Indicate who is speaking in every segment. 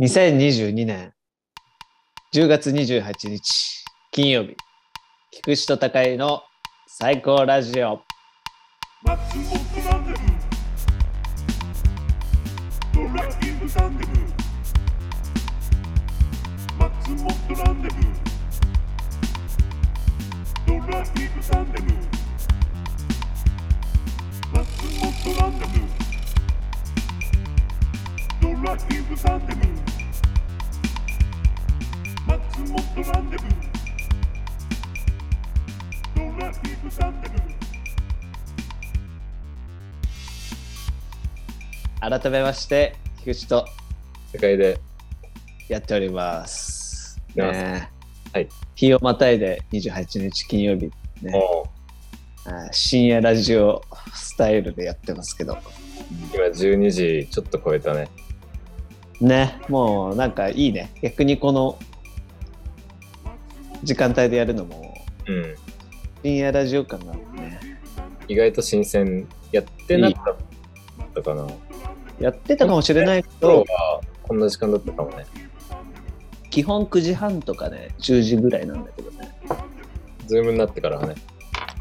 Speaker 1: 2022年10月28日金曜日菊池と高井の最高ラジオ
Speaker 2: マッチモップランデブードライブランデブーマッチモップランデブードライブランデブーマッチモップランデブードライブランデブーマッチモップランデブードライブランデブー
Speaker 1: 改めまして菊池と
Speaker 3: 世界で
Speaker 1: やっております。
Speaker 3: やっ
Speaker 1: ねえ
Speaker 3: はい
Speaker 1: 日をまたいで28日金曜日、ね、
Speaker 3: も
Speaker 1: あー深夜ラジオスタイルでやってますけど
Speaker 3: う今12時ちょっと超えたね
Speaker 1: ねもうなんかいいね逆にこの時間帯でやるのも
Speaker 3: うん
Speaker 1: 深夜ラジオ感があるね
Speaker 3: 意外と新鮮やってなかったかな
Speaker 1: やってたかもしれないけ
Speaker 3: 今
Speaker 1: ど
Speaker 3: 日はこんな時間だったかもね
Speaker 1: 基本9時半とかね10時ぐらいなんだけどね
Speaker 3: ズームになってからはね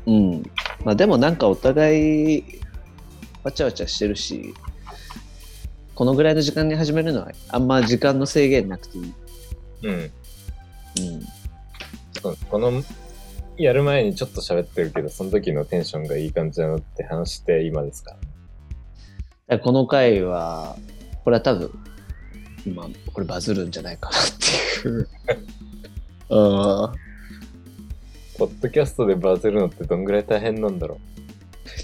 Speaker 1: うんまあでもなんかお互いわちゃわちゃしてるしこのぐらいの時間に始めるのはあんま時間の制限なくていい、
Speaker 3: うん
Speaker 1: うん、
Speaker 3: そうこのやる前にちょっと喋ってるけどその時のテンションがいい感じだなって話して今ですか
Speaker 1: だからこの回はこれは多分今これバズるんじゃないかなっていううん
Speaker 3: ポッドキャストでバズるのってどんぐらい大変なんだろ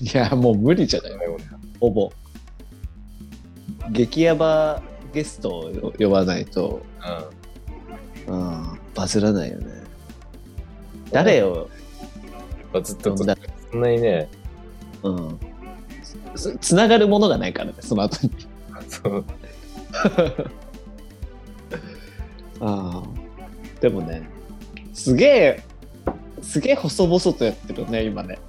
Speaker 1: いやもう無理じゃな
Speaker 3: う
Speaker 1: いほぼ激ヤバゲストを呼ばないと、
Speaker 3: う
Speaker 1: うん、バズらないよね誰を、
Speaker 3: んバズっととそんなにね
Speaker 1: うん、つつながるものがないからねその後に
Speaker 3: そう
Speaker 1: ああでもねすげえすげえ細々とやってるね今ね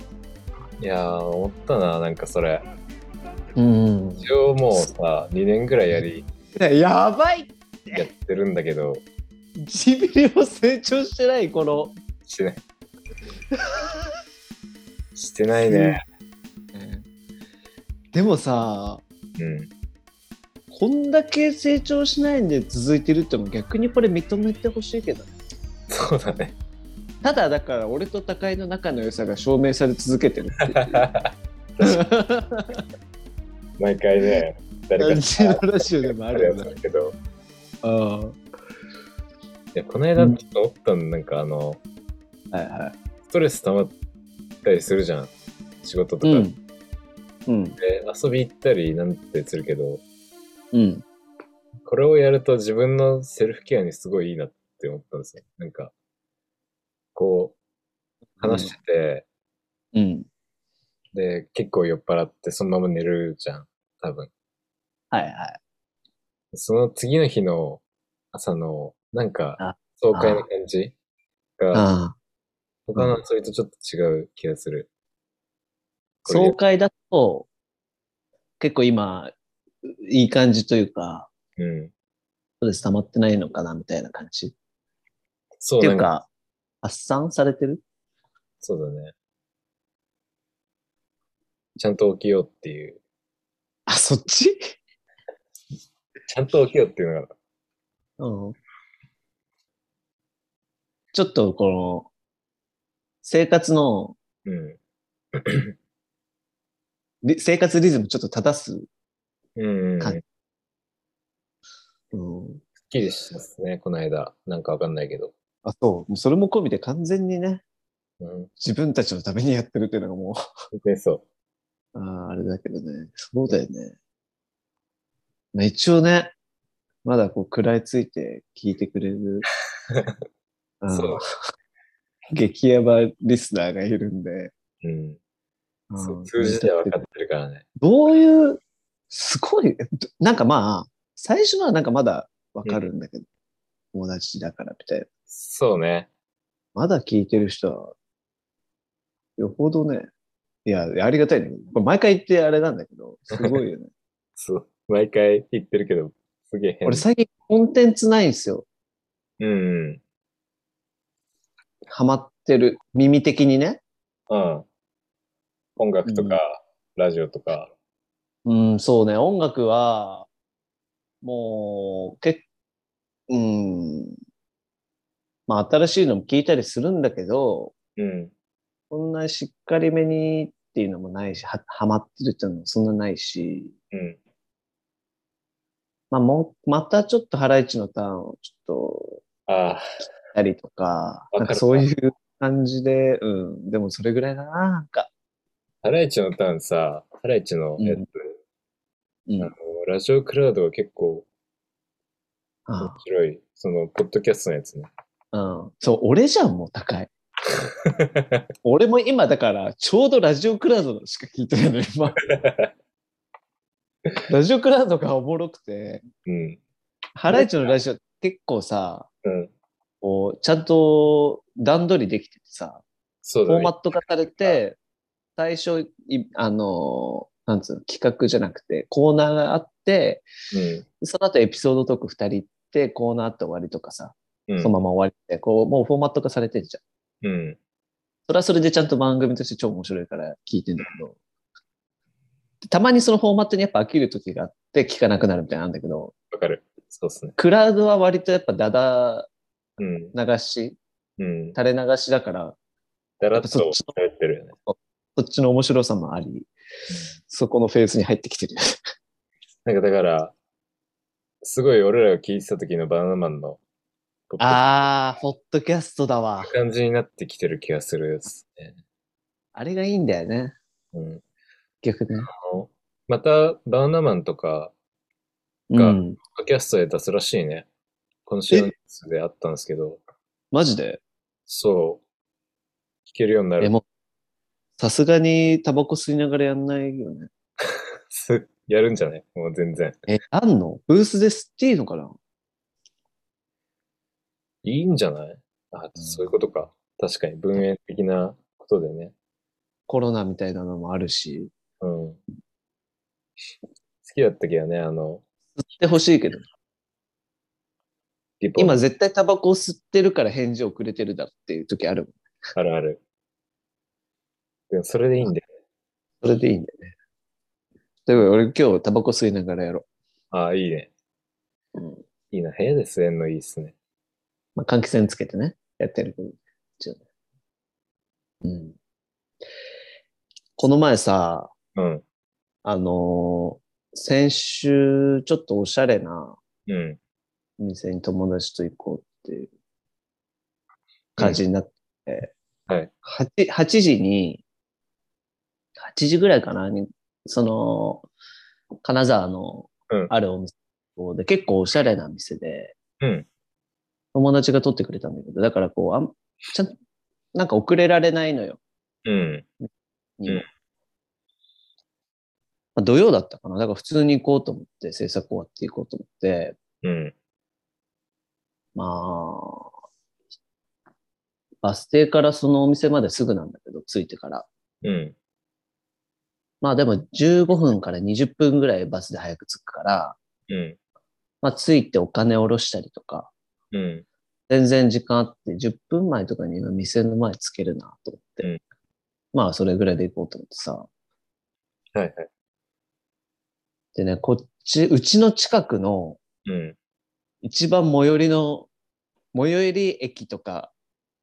Speaker 3: いやー思ったななんかそれ
Speaker 1: うん
Speaker 3: 一応もうさ2年ぐらいや り
Speaker 1: やばい
Speaker 3: やってるんだけど
Speaker 1: 1ミリも成長してないこの
Speaker 3: してない。してないね。
Speaker 1: でもさ
Speaker 3: うん。
Speaker 1: こんだけ成長しないんで続いてるっても逆にこれ認めてほしいけどね
Speaker 3: そうだね。
Speaker 1: ただだから俺と高井の仲の良さが証明され続けてるっていう
Speaker 3: 毎回ね、誰
Speaker 1: 感
Speaker 3: か
Speaker 1: じのラジオでもあ
Speaker 3: あ
Speaker 1: る
Speaker 3: るや
Speaker 1: よ
Speaker 3: つ
Speaker 1: ね
Speaker 3: だけど。
Speaker 1: はい
Speaker 3: や、この間ちょっと思ったの、なんかあの、
Speaker 1: いは
Speaker 3: ストレス溜まったりするじゃん。仕事と
Speaker 1: い
Speaker 3: か
Speaker 1: う
Speaker 3: で、
Speaker 1: んうん
Speaker 3: 遊び行ったりなんてするけど、
Speaker 1: うん
Speaker 3: これをやると自分のセルフケアにすごいいいなって思ったんですよ。なんか、こう、話してて、
Speaker 1: うん
Speaker 3: で、結構酔っ払ってそのまま寝るじゃん。多分。
Speaker 1: はいはい
Speaker 3: その次の日の朝の、なん
Speaker 1: あ
Speaker 3: か、爽快な感じが、
Speaker 1: ああ
Speaker 3: 他の遊びとちょっと違う気がする。これ
Speaker 1: 爽快だと結構今いい感じというか
Speaker 3: うん。
Speaker 1: ストレス溜まってないのかなみたいな感じ
Speaker 3: そ
Speaker 1: っ
Speaker 3: う
Speaker 1: てい
Speaker 3: なん
Speaker 1: う
Speaker 3: か、
Speaker 1: か発散されてる
Speaker 3: そうだね。ちゃんと起きようっていう。
Speaker 1: あそっち
Speaker 3: ちゃんと起きようっていうのが、
Speaker 1: うんちょっとこの、生活の、
Speaker 3: うん。
Speaker 1: リ生活リズムちょっと正す。
Speaker 3: うん、うん。
Speaker 1: か
Speaker 3: すっ
Speaker 1: うん。
Speaker 3: きりしたっすね、この間。なんかわかんないけど。
Speaker 1: あ、そう。もうそれも込みで完全にね、
Speaker 3: うん。
Speaker 1: 自分たちのためにやってるっていうのがも、
Speaker 3: 本当にそ う
Speaker 1: あーあれだけどね。そうだよね。まあ、一応ね、まだこう食らいついて聞いてくれる、 あの
Speaker 3: そう
Speaker 1: 激ヤバリスナーがいるんで。
Speaker 3: う。うん。そう
Speaker 1: うん
Speaker 3: 数字では分かってるからね。
Speaker 1: どういう、すごい、えどなんかまあ、最初のはなんかまだわかるんだけど、友達だからみたいな。
Speaker 3: そうね。
Speaker 1: まだ聞いてる人は、よほどね、いや、ありがたいね。これ毎回言ってあれなんだけど、すごいよね。
Speaker 3: そう。毎回言ってるけど、すげえ変。
Speaker 1: 俺最近コンテンツないんですよ。
Speaker 3: うんうん。
Speaker 1: ハマってる。耳的にね。
Speaker 3: うん。音楽とか、ラジオとか。
Speaker 1: うん、そうね。音楽は、もう、けうん。まあ、新しいのも聞いたりするんだけど、
Speaker 3: うん。
Speaker 1: そんなしっかりめにっていうのもないし、は、ハマってるっていうのもそんなないし、
Speaker 3: うん。
Speaker 1: まあ、もう、またちょっとハライチのターンをちょっ
Speaker 3: あ
Speaker 1: と、や
Speaker 3: あ、
Speaker 1: ったりとか、
Speaker 3: わかる
Speaker 1: なんかそういう感じで、うん。でもそれぐらいだな、なんか。
Speaker 3: ハライチのターンさ、ハライチの、
Speaker 1: うん
Speaker 3: えっと、
Speaker 1: う
Speaker 3: あ
Speaker 1: ん
Speaker 3: の。ラジオクラウドが結構面
Speaker 1: あ
Speaker 3: 白い。その、ポッドキャストのやつね。
Speaker 1: うん。そう、俺じゃん、もう高 い。俺も今だから、ちょうどラジオクラウドのしか聞いてないの、 今。ラジオクラウドがおもろくて、
Speaker 3: うん。
Speaker 1: ハライチのラジオ結構さ、
Speaker 3: うん。
Speaker 1: こうちゃんと段取りできててさ、
Speaker 3: そう
Speaker 1: フ
Speaker 3: だ
Speaker 1: ォーマ
Speaker 3: ね。
Speaker 1: ット化されて、最初、いあの、なんつうの、企画じゃなくて、コーナーがあって、その後エピソードトーク2人行って、コーナーあって終わりとかさ、
Speaker 3: うん。うん
Speaker 1: そのまま終わりって、こう、もうフォーマット化されてんじゃん。
Speaker 3: うん。
Speaker 1: それはそれでちゃんと番組として超面白いから聞いてんだけど、たまにそのフォーマットにやっぱ飽きる時があって聞かなくなるみたいなんだけど、
Speaker 3: わかる。そうっすね。
Speaker 1: クラウドは割とやっぱダダ
Speaker 3: うん。
Speaker 1: 流し、
Speaker 3: うん。
Speaker 1: 垂れ流しだから、
Speaker 3: だらっと
Speaker 1: そっち
Speaker 3: 喋ってるよね。
Speaker 1: そっちの面白さもあり、そこのフェーズに入ってきてる。
Speaker 3: なんかだから、すごい俺らが聞いてた時のバナナマンの、こう
Speaker 1: あー、ホットキャストだわ。
Speaker 3: 感じになってきてる気がするやつね。
Speaker 1: あれがいいんだよね。
Speaker 3: うん。
Speaker 1: 逆ね。
Speaker 3: あのまた、バナナマンとか、
Speaker 1: う
Speaker 3: が
Speaker 1: ん。
Speaker 3: ポッドキャストで出すらしいね。今週のニュースであったんですけど、
Speaker 1: マジで
Speaker 3: そう、聞けるようにな
Speaker 1: え、
Speaker 3: る。
Speaker 1: もう、さすがにタバコ吸いながらやんないよね。
Speaker 3: すやるんじゃないもう全然。
Speaker 1: え、あんのブースで吸っていいのかない
Speaker 3: いんじゃないあ、そういうことか。確かに、文営的なことでね。
Speaker 1: コロナみたいなのもあるし、
Speaker 3: うん。好きだったけどね、あの、
Speaker 1: 吸ってほしいけど、
Speaker 3: リポ
Speaker 1: 今絶対タバコを吸ってるから返事をくれてるだろっていう時あるもん。
Speaker 3: あるある。でも、それでいいんだよ。
Speaker 1: それでいいんだよね。でも俺今日タバコ吸いながらやろ
Speaker 3: ああ、いいね。
Speaker 1: う。うん。
Speaker 3: いいな、部屋で吸えんのいいっすね。
Speaker 1: まあ、換気扇つけてね、やってるけど。一応ねうん。この前さ、
Speaker 3: うん、
Speaker 1: あのー先週ちょっとおしゃれな
Speaker 3: うん、
Speaker 1: お店に友達と行こうっていう感じになって、
Speaker 3: うんはい
Speaker 1: 8、8時に、8時ぐらいかなに、その、金沢の
Speaker 3: うん
Speaker 1: あるお店で、結構おしゃれな店で、
Speaker 3: うん、
Speaker 1: 友達が撮ってくれたんだけど、だからこう、あんちゃんなんか遅れられないのよ。
Speaker 3: うん、
Speaker 1: に
Speaker 3: うん
Speaker 1: まあ土曜だったかな。だから普通に行こうと思って、制作終わって行こうと思って、
Speaker 3: うん、
Speaker 1: まあ、バス停からそのお店まですぐなんだけど、着いてから。
Speaker 3: うん、
Speaker 1: まあでも15分から20分ぐらいバスで早く着くから、
Speaker 3: うん、
Speaker 1: まあ着いてお金下ろしたりとか、
Speaker 3: うん、
Speaker 1: 全然時間あって10分前とかに今店の前着けるなと思って、
Speaker 3: うん
Speaker 1: まあそれぐらいで行こうと思ってさ。
Speaker 3: はいはい。
Speaker 1: でね、こっち、うちの近くの
Speaker 3: うん、
Speaker 1: 一番最寄りの、最寄り駅とか、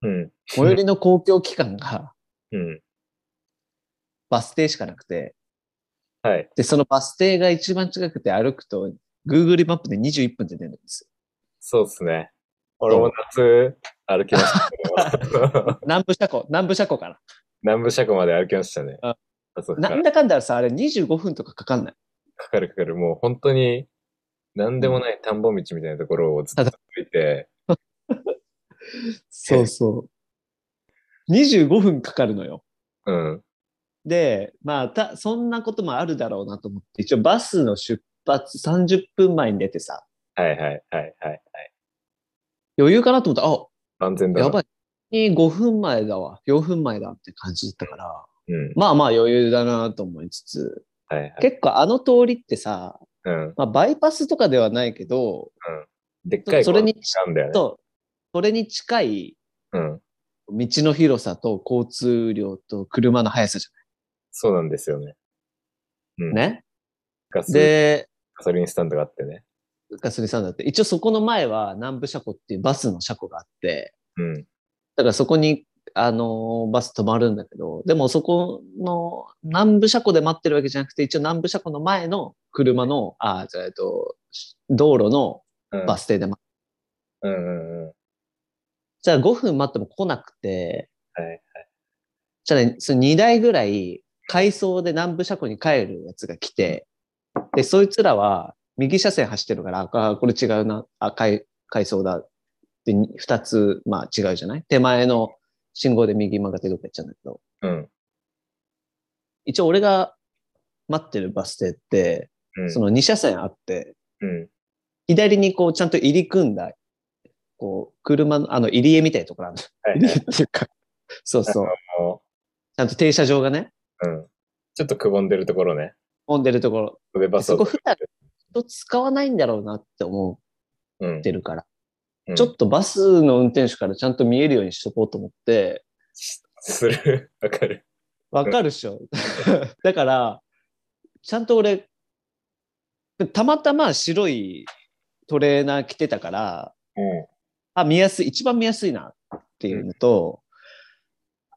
Speaker 3: うん、
Speaker 1: 最寄りの公共機関が
Speaker 3: うん、
Speaker 1: バス停しかなくて、
Speaker 3: はい。
Speaker 1: で、そのバス停が一番近くて歩くと、Google マップで21分で出るんです
Speaker 3: そうっすね。俺も夏歩きましたけど
Speaker 1: よ。。南部車庫、南部車庫か
Speaker 3: 南部車庫まで歩きましたね。
Speaker 1: あ
Speaker 3: あそう
Speaker 1: な。
Speaker 3: か
Speaker 1: なんだかんださ、あれ25分とかかかんない。
Speaker 3: かかるかかる。もう本当に何でもない田んぼ道みたいなところをずっと歩いて、
Speaker 1: そうそう。25分かかるのよ。
Speaker 3: うん。
Speaker 1: で、まあ、た、そんなこともあるだろうなと思って、一応バスの出発30分前に出てさ、
Speaker 3: はいはいはいはい。
Speaker 1: 余裕かなと思った
Speaker 3: 万全
Speaker 1: あ、
Speaker 3: だな。
Speaker 1: やばい。5分前だわ。4分前だって感じだったから、
Speaker 3: うん。
Speaker 1: まあまあ余裕だなと思いつつ、
Speaker 3: はいはい。
Speaker 1: 結構あの通りってさ、
Speaker 3: うん。
Speaker 1: まあ、バイパスとかではないけど、
Speaker 3: うんでっかい
Speaker 1: それに
Speaker 3: なんだよね。
Speaker 1: と、それに近い
Speaker 3: うん。
Speaker 1: 道の広さと交通量と車の速さじ
Speaker 3: そうなんですよね。
Speaker 1: ゃないね。
Speaker 3: ガス、ガ
Speaker 1: で、
Speaker 3: ソリンスタンドがあってね。
Speaker 1: ガソリンさんだって、一応そこの前は南部車庫っていうバスの車庫があって、
Speaker 3: うん。
Speaker 1: だからそこに、あのーバス止まるんだけど、でもそこの南部車庫で待ってるわけじゃなくて、一応南部車庫の前の車の、あ、じゃあ、えっと、道路の
Speaker 3: うん、
Speaker 1: バス停で待っ
Speaker 3: うんうんうん。
Speaker 1: じゃあ5分待っても来なくて、
Speaker 3: はい。
Speaker 1: じゃあね、その2台ぐらい、回送で南部車庫に帰るやつが来て、で、そいつらは右車線走ってるから、あ、これ違うな、あ、回回送だ。で、2つ、まあ違うじゃない手前の信号で右曲がってどっか行っちゃうんだけど、
Speaker 3: うん。
Speaker 1: 一応俺が待ってるバス停って、
Speaker 3: うん。
Speaker 1: その2車線あって、
Speaker 3: うん。
Speaker 1: 左にこうちゃんと入り組んだ、こう、車の、あの、入り江みたいなところある。
Speaker 3: はい
Speaker 1: 入り
Speaker 3: は
Speaker 1: 江
Speaker 3: い。
Speaker 1: っていうか、そうそう。
Speaker 3: あの
Speaker 1: ちゃんと停車場がね、
Speaker 3: うん。ちょっとくぼんでるところね。
Speaker 1: 混んでるところ。
Speaker 3: 上バス
Speaker 1: そ
Speaker 3: を
Speaker 1: こ。普段人使わないんだろうなって思
Speaker 3: うん
Speaker 1: っ。てるから、
Speaker 3: うん
Speaker 1: ちょっとバスの運転手からちゃんと見えるようにしとこうと思って、
Speaker 3: する。 わかる。
Speaker 1: わかるっしょ。 だから、ちゃんと俺、たまたま白いトレーナー着てたから、
Speaker 3: うん。
Speaker 1: あ、見やすい、一番見やすいなっていうのと、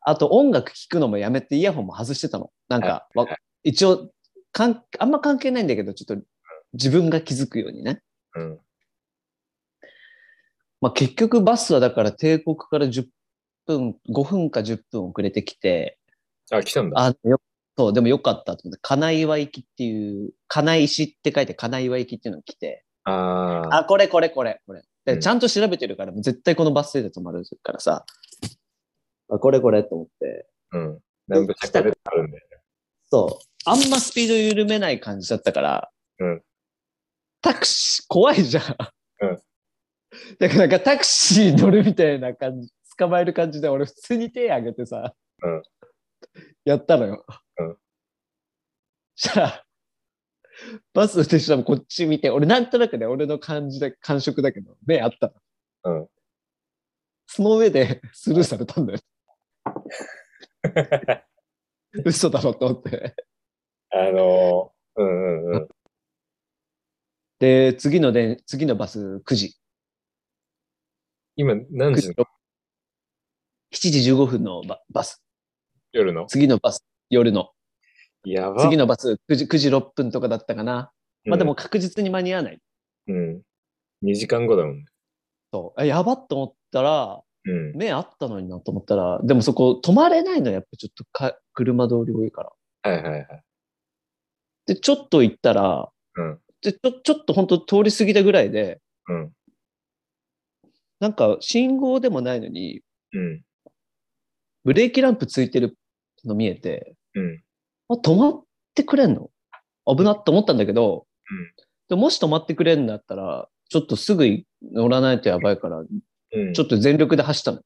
Speaker 1: あと音楽聴くのもやめてイヤホンも外してたの。なんか、わ一応かん、あんま関係ないんだけど、ちょっと自分が気づくようにね。
Speaker 3: うん。
Speaker 1: まあ、結局バスはだから帝国から10分、5分か10分遅れてきて、
Speaker 3: あ、来たんだ。
Speaker 1: あ、よそう、でもよかったと思って、金岩行きっていう、金石って書いて金岩行きっていうのが来て、
Speaker 3: ああ
Speaker 1: あ、これこれこれ、これ。
Speaker 3: う
Speaker 1: で
Speaker 3: ん
Speaker 1: ちゃんと調べてるから、もう絶対このバス停で止まるからさ、あこれこれと思って、
Speaker 3: うん。南部社会であるんだよね。
Speaker 1: そう、あんまスピード緩めない感じだったから、
Speaker 3: うん
Speaker 1: タクシー、怖いじゃん。
Speaker 3: うん
Speaker 1: だ からなんかタクシー乗るみたいな感じ、捕まえる感じで、俺普通に手挙げてさ、
Speaker 3: うん
Speaker 1: やったのよ。
Speaker 3: うん
Speaker 1: そしたら、バスの手下もこっち見て、俺なんとなくね、俺の感じで、感触だけど、目あったの。
Speaker 3: うん
Speaker 1: その上でスルーされたんだよ。嘘だろと思って。
Speaker 3: あのー、うんうんうん。
Speaker 1: で、次ので、次のバス9時。
Speaker 3: 今、何
Speaker 1: 9
Speaker 3: 時
Speaker 1: 時の
Speaker 3: の
Speaker 1: 7時15分のババス。
Speaker 3: 夜の
Speaker 1: 次のバス、夜の。
Speaker 3: やば。
Speaker 1: 次のバス9時、9時6分とかだったかな。まあで
Speaker 3: うん
Speaker 1: も、確実に間に合わない。
Speaker 3: うん。2時間後だもんね。
Speaker 1: そう。あやばっと思ったら、
Speaker 3: うん。
Speaker 1: 目あったのになと思ったら、でもそこ止まれないのやっぱちょっとか車通り多いから。
Speaker 3: はいはいはい。
Speaker 1: で、ちょっと行ったら、
Speaker 3: うん
Speaker 1: でちょちょっと本当通り過ぎたぐらいで、
Speaker 3: うん。
Speaker 1: なんか信号でもないのに、
Speaker 3: うん。
Speaker 1: ブレーキランプついてるの見えて、
Speaker 3: うん。
Speaker 1: あ、止まってくれんの危なって思ったんだけど、でもし止まってくれんだったら、ちょっとすぐ乗らないとやばいから、
Speaker 3: うん。
Speaker 1: ちょっと全力で走ったの。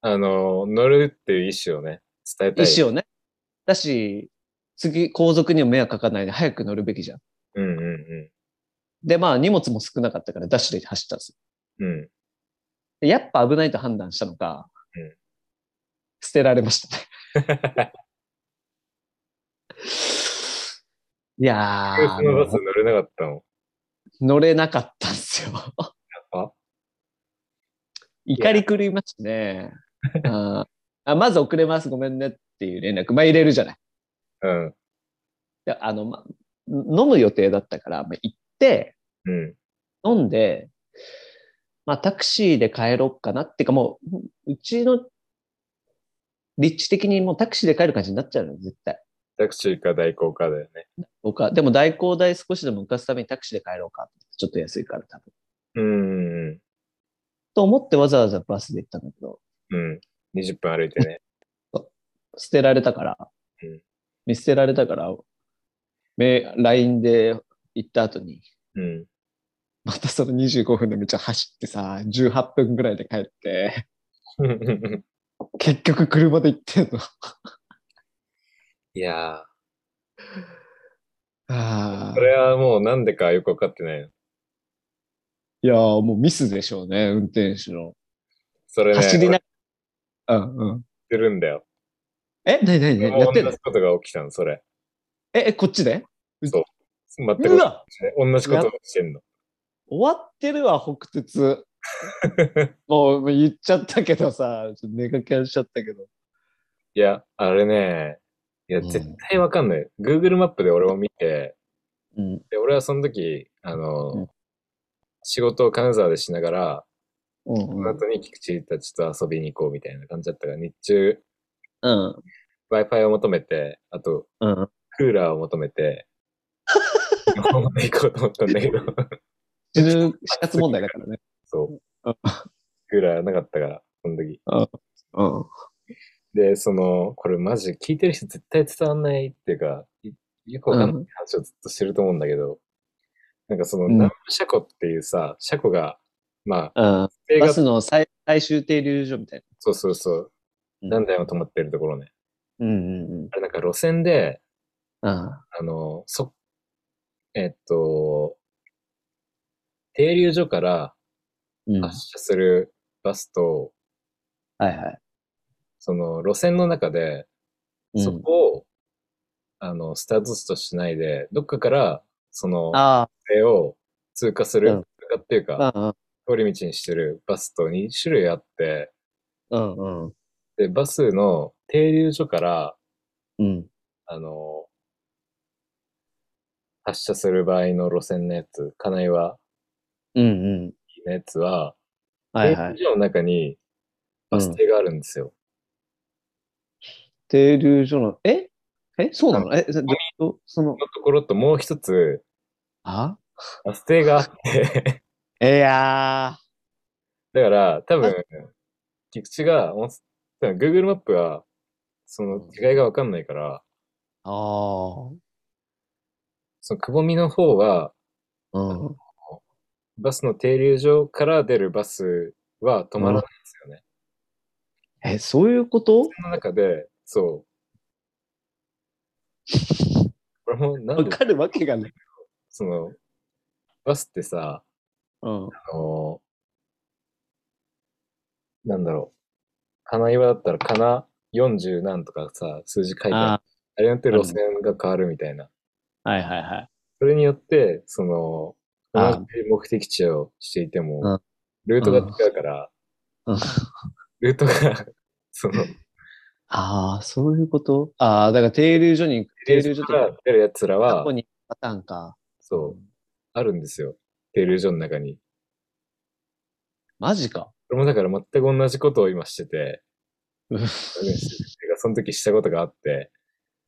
Speaker 3: あのー、乗るっていう意思をね、伝えたい。
Speaker 1: 意思をね。だし、次、後続にも迷惑かかんないで早く乗るべきじゃん。
Speaker 3: うんう
Speaker 1: で、まあ荷物も少なかったからダッシュで走ったんですよ
Speaker 3: んうん。うん。
Speaker 1: でやっぱ危ないと判断したのか、
Speaker 3: うん
Speaker 1: 捨てられましたね。 いや
Speaker 3: そのバス
Speaker 1: ー、
Speaker 3: 乗れなかったの。
Speaker 1: 乗れなかったんですよ。
Speaker 3: やば。
Speaker 1: 怒り狂いましたね。あーあまず遅れます、ごめんねっていう連絡、まあ、入れるじゃない。
Speaker 3: うん。
Speaker 1: であのま、飲む予定だったから、まあ、行って、
Speaker 3: うん。
Speaker 1: 飲んで、まあ、タクシーで帰ろうかなっていうか、もう、うちの立地的にもうタクシーで帰る感じになっちゃうのよ、絶対。
Speaker 3: タクシーか代行かだよね。
Speaker 1: 僕はでも代行代少しでも浮かすためにタクシーで帰ろうか。ちょっと安いから多分。
Speaker 3: うんうん
Speaker 1: と思ってわざわざバスで行ったんだけど、
Speaker 3: うん。うん。20分歩いてね。
Speaker 1: 捨てられたから
Speaker 3: うん、
Speaker 1: 見捨てられたから、め LINE で行った後に、
Speaker 3: うん。
Speaker 1: またその25分の道を走ってさ、18分ぐらいで帰って、結局車で行ってんの。
Speaker 3: いやー。
Speaker 1: あ
Speaker 3: これはもうなんでかよくわかってないの。
Speaker 1: いやー、もうミスでしょうね、運転手の。
Speaker 3: それね、
Speaker 1: 走り
Speaker 3: 俺
Speaker 1: な
Speaker 3: やっ、
Speaker 1: うんうん。
Speaker 3: てるんだよ。
Speaker 1: え、なになになにやっ
Speaker 3: もう
Speaker 1: てん
Speaker 3: 同
Speaker 1: の
Speaker 3: じことが起きたの、それ。
Speaker 1: え、えこっちで
Speaker 3: 全く
Speaker 1: うわ
Speaker 3: 同じことがしてんの。
Speaker 1: 終わってるわ、北 鉄。もう言っちゃったけどさ、ちょっと寝かけしちゃったけど。
Speaker 3: いや、あれね、いや、
Speaker 1: うん
Speaker 3: 絶対わかんない。Google マップで俺を見て、
Speaker 1: うん。
Speaker 3: で、俺はその時、あの、
Speaker 1: うん
Speaker 3: 仕事を金沢でしながら、
Speaker 1: うん
Speaker 3: そ
Speaker 1: うん
Speaker 3: の後に菊池たちと遊びに行こうみたいな感じだったから、日中、
Speaker 1: うん。
Speaker 3: Wi-Fi を求めて、あと、
Speaker 1: うん。
Speaker 3: クーラーを求め て、日本まで行こうと思ったんだけど、
Speaker 1: 死ぬ死活問題だからね。
Speaker 3: そう
Speaker 1: あ。
Speaker 3: クーラーなかったから、その時。
Speaker 1: うん。
Speaker 3: で、その、これマジ聞いてる人絶対伝わんないっていうか、いよくわかんな
Speaker 1: う
Speaker 3: い話をずっとしてると思うんだけど、なんかその、
Speaker 1: うん
Speaker 3: 南部車庫っていうさ、車庫が、まあ、
Speaker 1: うん。
Speaker 3: 映
Speaker 1: バ
Speaker 3: 画、
Speaker 1: スの最最終停留所みたい
Speaker 3: そうそうそう、
Speaker 1: うん
Speaker 3: 何台も止まってるところね。
Speaker 1: な。うんうんうん。
Speaker 3: あれなんか路線で、
Speaker 1: あ
Speaker 3: あの、そ、えっと、停留所から
Speaker 1: うん。はい
Speaker 3: 発車するバスと、
Speaker 1: はい。
Speaker 3: その路線の中で、
Speaker 1: うん
Speaker 3: そこを、あの、スタート地としないで、どっかから、その、
Speaker 1: あ
Speaker 3: それを通過する、
Speaker 1: うん
Speaker 3: 通過っていうか、
Speaker 1: あ、うん
Speaker 3: 通り道にしてるバスと2種類あって、
Speaker 1: うんうんうん
Speaker 3: で、バスの停留所から、
Speaker 1: うん。
Speaker 3: あの、発車する場合の路線のやつ、金井は、
Speaker 1: うんうん。
Speaker 3: のやつは、
Speaker 1: はいはい
Speaker 3: 停。留所の中にバス停があるんですよ。
Speaker 1: 停留所の、ええそうなのえそどその
Speaker 3: そ、のところともう一つ、
Speaker 1: あ
Speaker 3: バス停があって、
Speaker 1: いや
Speaker 3: だから、多分、菊池が、もう多分 Google マップは、その違いがわかんないから、
Speaker 1: ー。あ
Speaker 3: そのくぼみの方は、
Speaker 1: あ。うん。
Speaker 3: バスの停留所から出るバスは止まらないんですよね。
Speaker 1: え、そういうこと
Speaker 3: その中で、そう。これも、なん
Speaker 1: わ
Speaker 3: で、
Speaker 1: かるわけがない。
Speaker 3: その、バスってさ、
Speaker 1: うん。
Speaker 3: あのなんだろう。金岩だったら、金40何とかさ、数字書いてある。
Speaker 1: あ
Speaker 3: あれによって路線が変わるみたいな。
Speaker 1: あ、はいはいはい。
Speaker 3: それによって、その、
Speaker 1: あ
Speaker 3: 同じ目的地をしていて
Speaker 1: うん
Speaker 3: も、ルートが違うから、
Speaker 1: うん
Speaker 3: ルートが、 その、
Speaker 1: ああ、そういうことああ、だから停留所に、停
Speaker 3: 停
Speaker 1: 留
Speaker 3: 留
Speaker 1: 所
Speaker 3: 所
Speaker 1: と
Speaker 3: か
Speaker 1: から
Speaker 3: 出るやつら
Speaker 1: 過
Speaker 3: は
Speaker 1: 去、にパターンか。
Speaker 3: そう、あるんですよ。停留所の中に。
Speaker 1: マジか。
Speaker 3: 俺もだから全く同じことを今してて、
Speaker 1: うふ
Speaker 3: あれですてか その時したことがあって、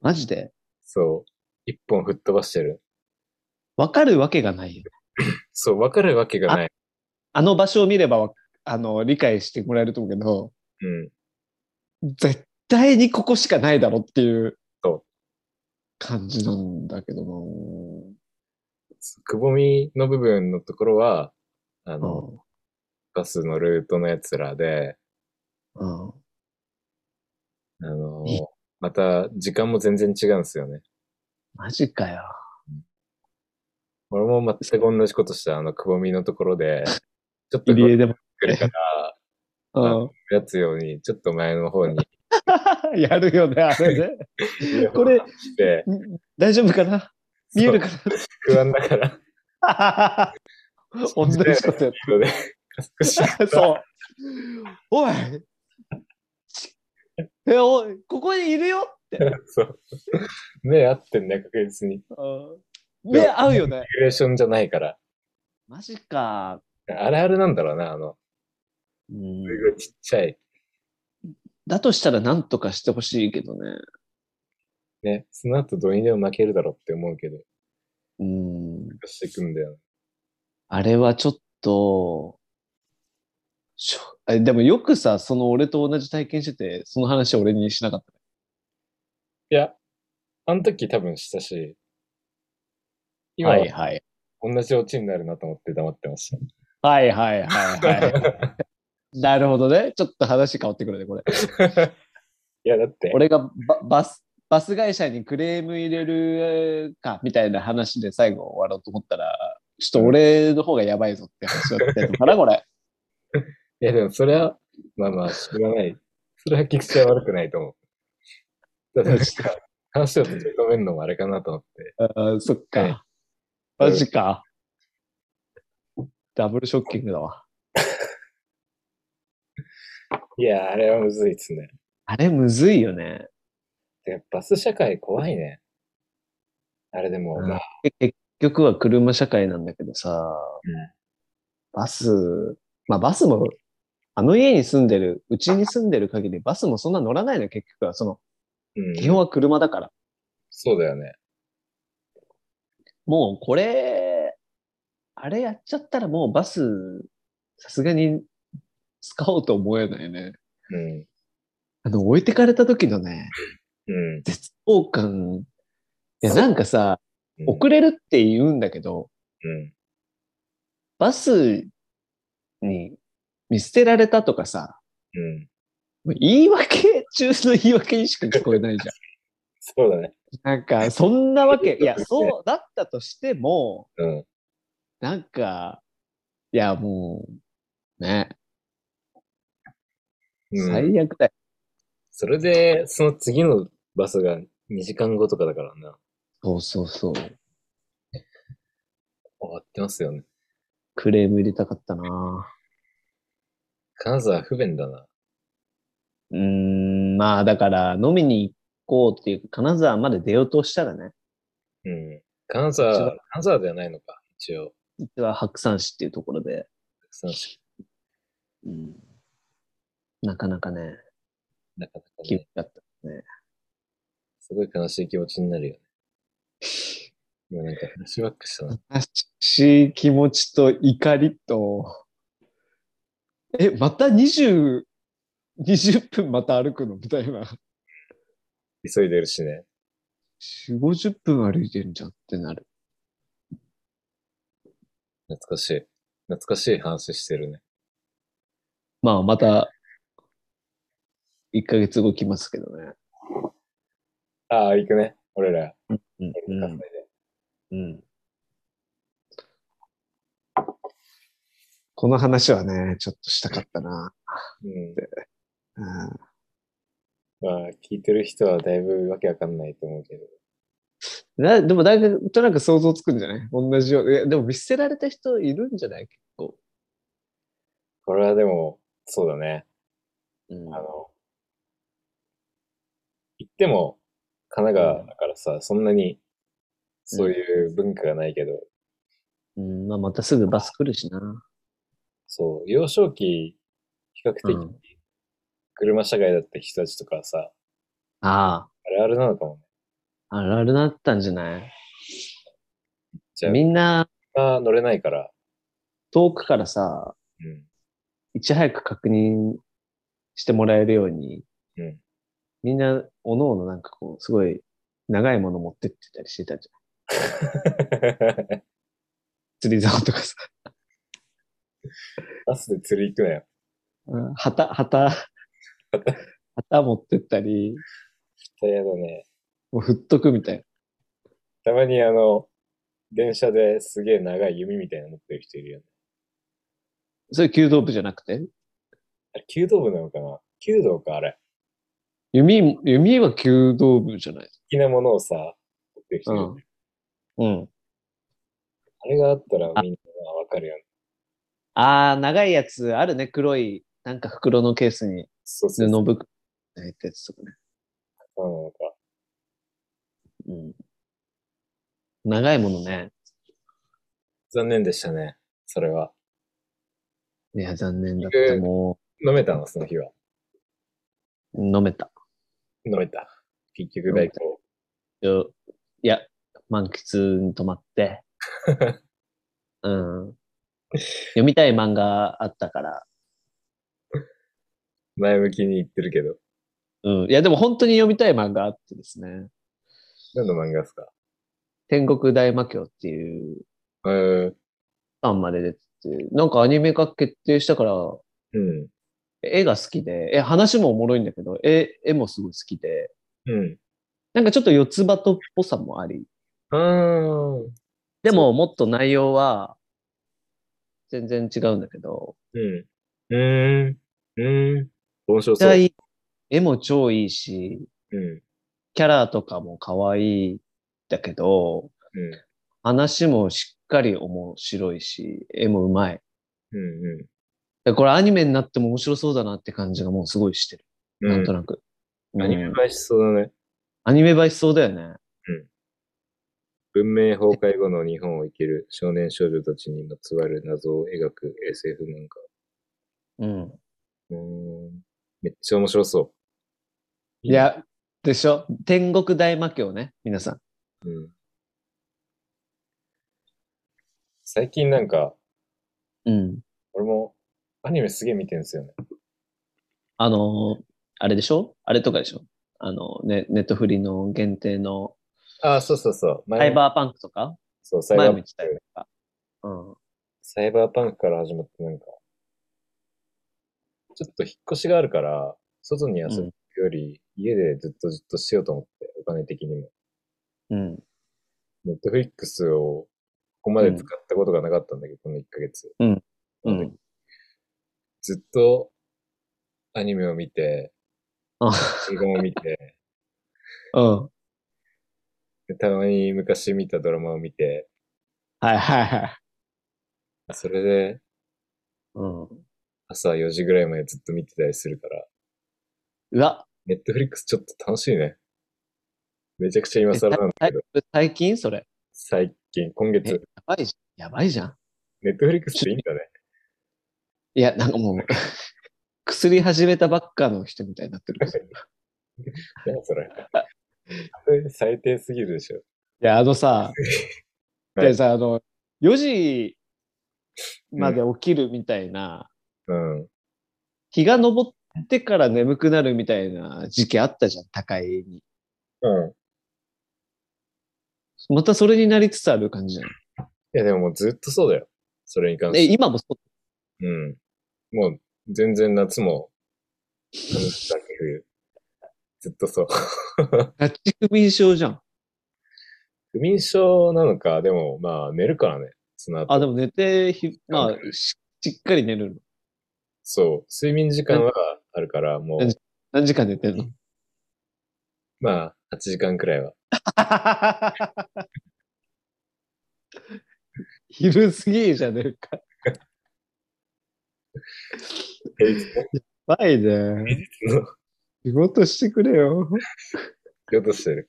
Speaker 1: マジで
Speaker 3: そう、一本吹っ飛ばしてる。
Speaker 1: わかるわけがないよ。
Speaker 3: そう、わかるわけがない。
Speaker 1: あの場所を見ればわ、あの、理解してもらえると思うけど、
Speaker 3: うん。
Speaker 1: 絶対にここしかないだろっていう
Speaker 3: そ
Speaker 1: 感じなんだけどな。
Speaker 3: くぼみの部分のところは、あ
Speaker 1: う
Speaker 3: の、
Speaker 1: ん。
Speaker 3: バスのルートのやつらで、
Speaker 1: うん。
Speaker 3: あの
Speaker 1: え、
Speaker 3: また時間も全然違うんですよね。
Speaker 1: マジかよ。
Speaker 3: 俺も全く同じことした、あの、くぼみのところ で、ちょっと
Speaker 1: 入
Speaker 3: 来
Speaker 1: 江でも。
Speaker 3: るから、
Speaker 1: う
Speaker 3: やつように、ちょっと前の方に、
Speaker 1: ん。 やるよね、あれね。 これ
Speaker 3: して、
Speaker 1: 大丈夫 かな見えるか
Speaker 3: 不安だから、
Speaker 1: な 同じことやっ
Speaker 3: ので、加速し、
Speaker 1: た。そう。おいえ、おい、ここにいるよ
Speaker 3: そう。目合ってんね、確実に。
Speaker 1: うん目合うよね。
Speaker 3: レーションじゃないから。
Speaker 1: マジか。
Speaker 3: あれあれなんだろうな、あの、
Speaker 1: うん
Speaker 3: すごいちっちゃい。
Speaker 1: だとしたら何とかしてほしいけどね。
Speaker 3: ね、その後どうにでも負けるだろうって思うけど、
Speaker 1: うん。
Speaker 3: していくんだよ。
Speaker 1: あれはちょっと、しょえでもよくさ、その俺と同じ体験してて、その話を俺にしなかったね。
Speaker 3: いや、あの時多分したし、今、
Speaker 1: はいはい。
Speaker 3: 同じオチになるなと思って黙ってました。
Speaker 1: はいはいはいはい。なるほどね。ちょっと話変わってくるね、これ。
Speaker 3: いや、だって、
Speaker 1: 俺がババス、バス会社にクレーム入れるか、みたいな話で最後終わろうと思ったら、ちょっと俺の方がやばいぞって話だったのかな、これ。
Speaker 3: いや、でもそれは、まあまあ、しょうがない。それは菊池は悪くないと思う。ただ、なんか話を閉じ込めるのもあれかなと思って。
Speaker 1: あそっ
Speaker 3: はい
Speaker 1: か。マジか。ダブルショッキングだわ。
Speaker 3: いや、あれはむずいっすね。
Speaker 1: あれ、むずいよね。
Speaker 3: てかバス社会怖いね。あれでも、
Speaker 1: うん
Speaker 3: まあ、
Speaker 1: え結局は車社会なんだけどさ、
Speaker 3: うん
Speaker 1: バス、まあバスも、あの家に住んでる、うちに住んでる限りバスもそんな乗らないの、結局は。その、
Speaker 3: うん
Speaker 1: 基本は車だから。
Speaker 3: そうだよね。
Speaker 1: もうこれ、あれやっちゃったらもうバス、さすがに使おうと思えないね。
Speaker 3: うん。
Speaker 1: あの、置いてかれた時のね、
Speaker 3: うん。
Speaker 1: 絶望感。いや、なんかさ、
Speaker 3: うん
Speaker 1: 遅れるって言うんだけど、
Speaker 3: うん。
Speaker 1: バスに見捨てられたとかさ、
Speaker 3: うん。
Speaker 1: 言い訳中の言い訳にしか聞こえない じ
Speaker 3: そうだね。
Speaker 1: ゃん。なんか、そんなわけ、いや、そうだったとしても、
Speaker 3: うん。
Speaker 1: なんか、いや、もう、ね、
Speaker 3: うん、
Speaker 1: 最悪だよ。
Speaker 3: それで、その次のバスが2時間後とかだからな。
Speaker 1: そうそうそう。
Speaker 3: 終わってますよね。
Speaker 1: クレーム入れたかったな
Speaker 3: 金沢不便だな。
Speaker 1: うーん、まあ、だから、飲みに行こうっていう、金沢まで出ようとしたらね、
Speaker 3: うん。金
Speaker 1: 一
Speaker 3: 沢
Speaker 1: 番、
Speaker 3: 金沢ではないのか、一応。
Speaker 1: 実は白山市っていうところで、
Speaker 3: そのし
Speaker 1: うん、なかなかね、
Speaker 3: なかなか
Speaker 1: 厳
Speaker 3: ね
Speaker 1: し、かった。
Speaker 3: すごい悲しい気持ちになるよね。もうなんか、フラッシュバックしたな。
Speaker 1: 悲しい気持ちと怒りと、え、また20、20分また歩くのみたいな。
Speaker 3: 急いでるしね。
Speaker 1: 4、50分歩いてるじゃんってなる。
Speaker 3: 懐かしい。懐かしい話してるね。
Speaker 1: まあ、また、1ヶ月後来ますけどね。
Speaker 3: ああ、行くね。俺ら。
Speaker 1: うん、
Speaker 3: 俺ら
Speaker 1: う
Speaker 3: カフェ
Speaker 1: ん
Speaker 3: で。、
Speaker 1: うん。この話はね、ちょっとしたかったな。
Speaker 3: うん。
Speaker 1: うん
Speaker 3: まあ、聞いてる人はだいぶわけわかんないと思うけど。
Speaker 1: なでも、だいぶとなく想像つくんじゃない同じよういやでも見捨てられた人いるんじゃない結構。
Speaker 3: これはでも、そうだね。
Speaker 1: うん
Speaker 3: あの、行っても、神奈川だからさ、そんなに、そういう文化がないけど、
Speaker 1: うんまあ、またすぐバス来るしな。
Speaker 3: そう、幼少期、比較的
Speaker 1: うん、
Speaker 3: 車社会だった人たちとかさ、
Speaker 1: あ
Speaker 3: あれあれなのかもね。
Speaker 1: あ、あるあるなったんじゃない
Speaker 3: じゃあ、みん
Speaker 1: みんな
Speaker 3: な乗れないから、
Speaker 1: 遠くからさ、
Speaker 3: うん、
Speaker 1: いち早く確認してもらえるように、
Speaker 3: うん。
Speaker 1: みんな、おのおのなんかこう、すごい長いもの持ってってたりしてたじゃん。釣り竿とかさ、
Speaker 3: バスで釣り行くなよ。
Speaker 1: うん旗、旗、旗持ってったり、
Speaker 3: 大変だね。
Speaker 1: もう振っとくみたいな。
Speaker 3: たまにあの、電車ですげえ長い弓みたいなの持ってる人いるよね。
Speaker 1: それ弓道部じゃなくて
Speaker 3: あれ、弓道部なのかな弓道か、あれ。
Speaker 1: 弓、弓は弓道部じゃない。
Speaker 3: 好きなものをさ、持ってる人いるよね。
Speaker 1: うん。
Speaker 3: あれがあったらみんなわかるよね。
Speaker 1: ああ、長いやつあるね。黒い、なんか袋のケースに
Speaker 3: そうそう
Speaker 1: 布
Speaker 3: そう。
Speaker 1: 袋入ったやつとかね。
Speaker 3: そうなのか。
Speaker 1: うん。長いものね。
Speaker 3: 残念でしたね。それは。
Speaker 1: いや、残念だった。
Speaker 3: えー
Speaker 1: も
Speaker 3: 飲めたの、その日は。
Speaker 1: う、飲めた。
Speaker 3: 飲めた。結局大行。
Speaker 1: よいや、満喫に泊ま って。うん。読みたい漫画あったから。
Speaker 3: 前向きに言ってるけど。
Speaker 1: うん。いや、でも本当に読みたい漫画あってですね。
Speaker 3: 何の漫画ですか
Speaker 1: 天国大魔教っていう
Speaker 3: えー、
Speaker 1: 版まで出てて、なんかアニメ化決定したから、
Speaker 3: うん。
Speaker 1: 絵が好きで、え、話もおもろいんだけど、絵、絵もすごい好きで、
Speaker 3: うん。
Speaker 1: なんかちょっと四つ葉とっぽさもあり、
Speaker 3: あー。
Speaker 1: でも、もっと内容は、全然違うんだけど、
Speaker 3: うん。うーん。うーん。盆
Speaker 1: 絶
Speaker 3: 栽そう。
Speaker 1: 対、絵も超いいし、
Speaker 3: うん。
Speaker 1: キャラとかも可愛いんだけど、
Speaker 3: うん。
Speaker 1: 話もしっかり面白いし、絵もうまい。
Speaker 3: うん。
Speaker 1: でこれアニメになっても面白そうだなって感じがもうすごいしてる。
Speaker 3: うん。
Speaker 1: なんとなく。
Speaker 3: うんアニメ
Speaker 1: うん
Speaker 3: 化しそうだね。
Speaker 1: アニメ映えしそうだよね。
Speaker 3: 文明崩壊後の日本を生きる少年少女たちにまつわる謎を描く SF 漫
Speaker 1: うん。
Speaker 3: 画。うーん。めっちゃ面白そう。
Speaker 1: いや、でしょ天国大魔教ね、皆さん。
Speaker 3: うん。最近なんか、
Speaker 1: うん。
Speaker 3: 俺もアニメすげえ見てるんですよね。
Speaker 1: あのーあれでしょあれとかでしょあの、ね、ネットフリの限定の
Speaker 3: ああ、そうそうそう。
Speaker 1: サ
Speaker 3: 前
Speaker 1: イバーパンクとか
Speaker 3: そう、サイバ
Speaker 1: 前
Speaker 3: ー
Speaker 1: も言ってたよね。うん。
Speaker 3: サイバーパンクから始まってなんか、ちょっと引っ越しがあるから、外に遊ぶより、家でずっとじっとしようと思って、お金的にも。
Speaker 1: うん。
Speaker 3: ネットフリックスをここまで使ったことがなかったんだけど、この1ヶ月。
Speaker 1: うん。
Speaker 3: ずっとアニメを見て、
Speaker 1: あ
Speaker 3: 映画も見て、
Speaker 1: うん。
Speaker 3: でたまに昔見たドラマを見て、
Speaker 1: はいはいはい。
Speaker 3: それで
Speaker 1: うん。
Speaker 3: 朝4時ぐらいまでずっと見てたりするから、
Speaker 1: うわ、
Speaker 3: ネットフリックスちょっと楽しいね。めちゃくちゃ今更なんだけど、
Speaker 1: 最近それ。
Speaker 3: 最近、今
Speaker 1: えや
Speaker 3: 月、
Speaker 1: ばいじゃん。やばいじゃん。
Speaker 3: ネットフリックスっていいん だね。
Speaker 1: いや、なんかもう、 薬始めたばっかの人みたいになってる。
Speaker 3: 何それ。それ最低すぎるでしょ。
Speaker 1: いや、あのさ、
Speaker 3: はい
Speaker 1: でさ、あの、4時まで起きるみたいな、
Speaker 3: うん。
Speaker 1: 日が昇ってから眠くなるみたいな時期あったじゃん、高いに。
Speaker 3: うん。
Speaker 1: またそれになりつつある感じじゃ
Speaker 3: いや、でももうずっとそうだよ。それに関
Speaker 1: ん。え、
Speaker 3: して。
Speaker 1: 今もそう。
Speaker 3: うん。もう、全然夏も、春だけ冬。ずっとそう。
Speaker 1: 立ち不眠症じゃん。
Speaker 3: 不眠症なのか、でも、まあ、寝るからね。その後。
Speaker 1: あ、でも寝て、ひまあし、しっかり寝るの。
Speaker 3: そう。睡眠時間はあるから、もう、
Speaker 1: うん何時間寝て んの
Speaker 3: まあ、8時間くらい は。
Speaker 1: 昼すぎじゃねえか。
Speaker 3: 平日ね
Speaker 1: やばいね。
Speaker 3: の
Speaker 1: 仕事してくれよ。
Speaker 3: 仕事してる。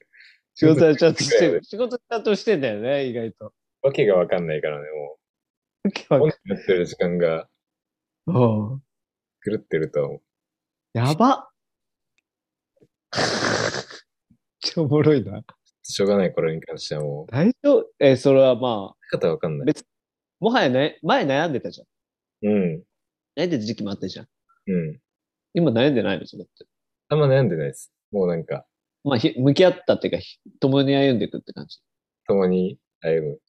Speaker 1: 仕事はちゃんとして
Speaker 3: る
Speaker 1: る。仕事ちゃんとしてんだよね、意外と。
Speaker 3: わけがわかんないからね、もう。本になってる時間が
Speaker 1: うん
Speaker 3: 狂ってるとは思う。
Speaker 1: やば 超おもろいな。
Speaker 3: しょうがない、これに関してはもう。
Speaker 1: 大丈夫え、それはまあ、
Speaker 3: 方わかんない。
Speaker 1: もはやね、前悩んでたじゃん。
Speaker 3: うん。
Speaker 1: 悩んでた時期もあったじゃん。
Speaker 3: うん。
Speaker 1: 今悩んでないのそれって。
Speaker 3: あんま悩んでないです。もうなんか、
Speaker 1: まあ、ひ向き合ったっていうか、ひ共に歩んでいくって感じ。
Speaker 3: 共に歩む。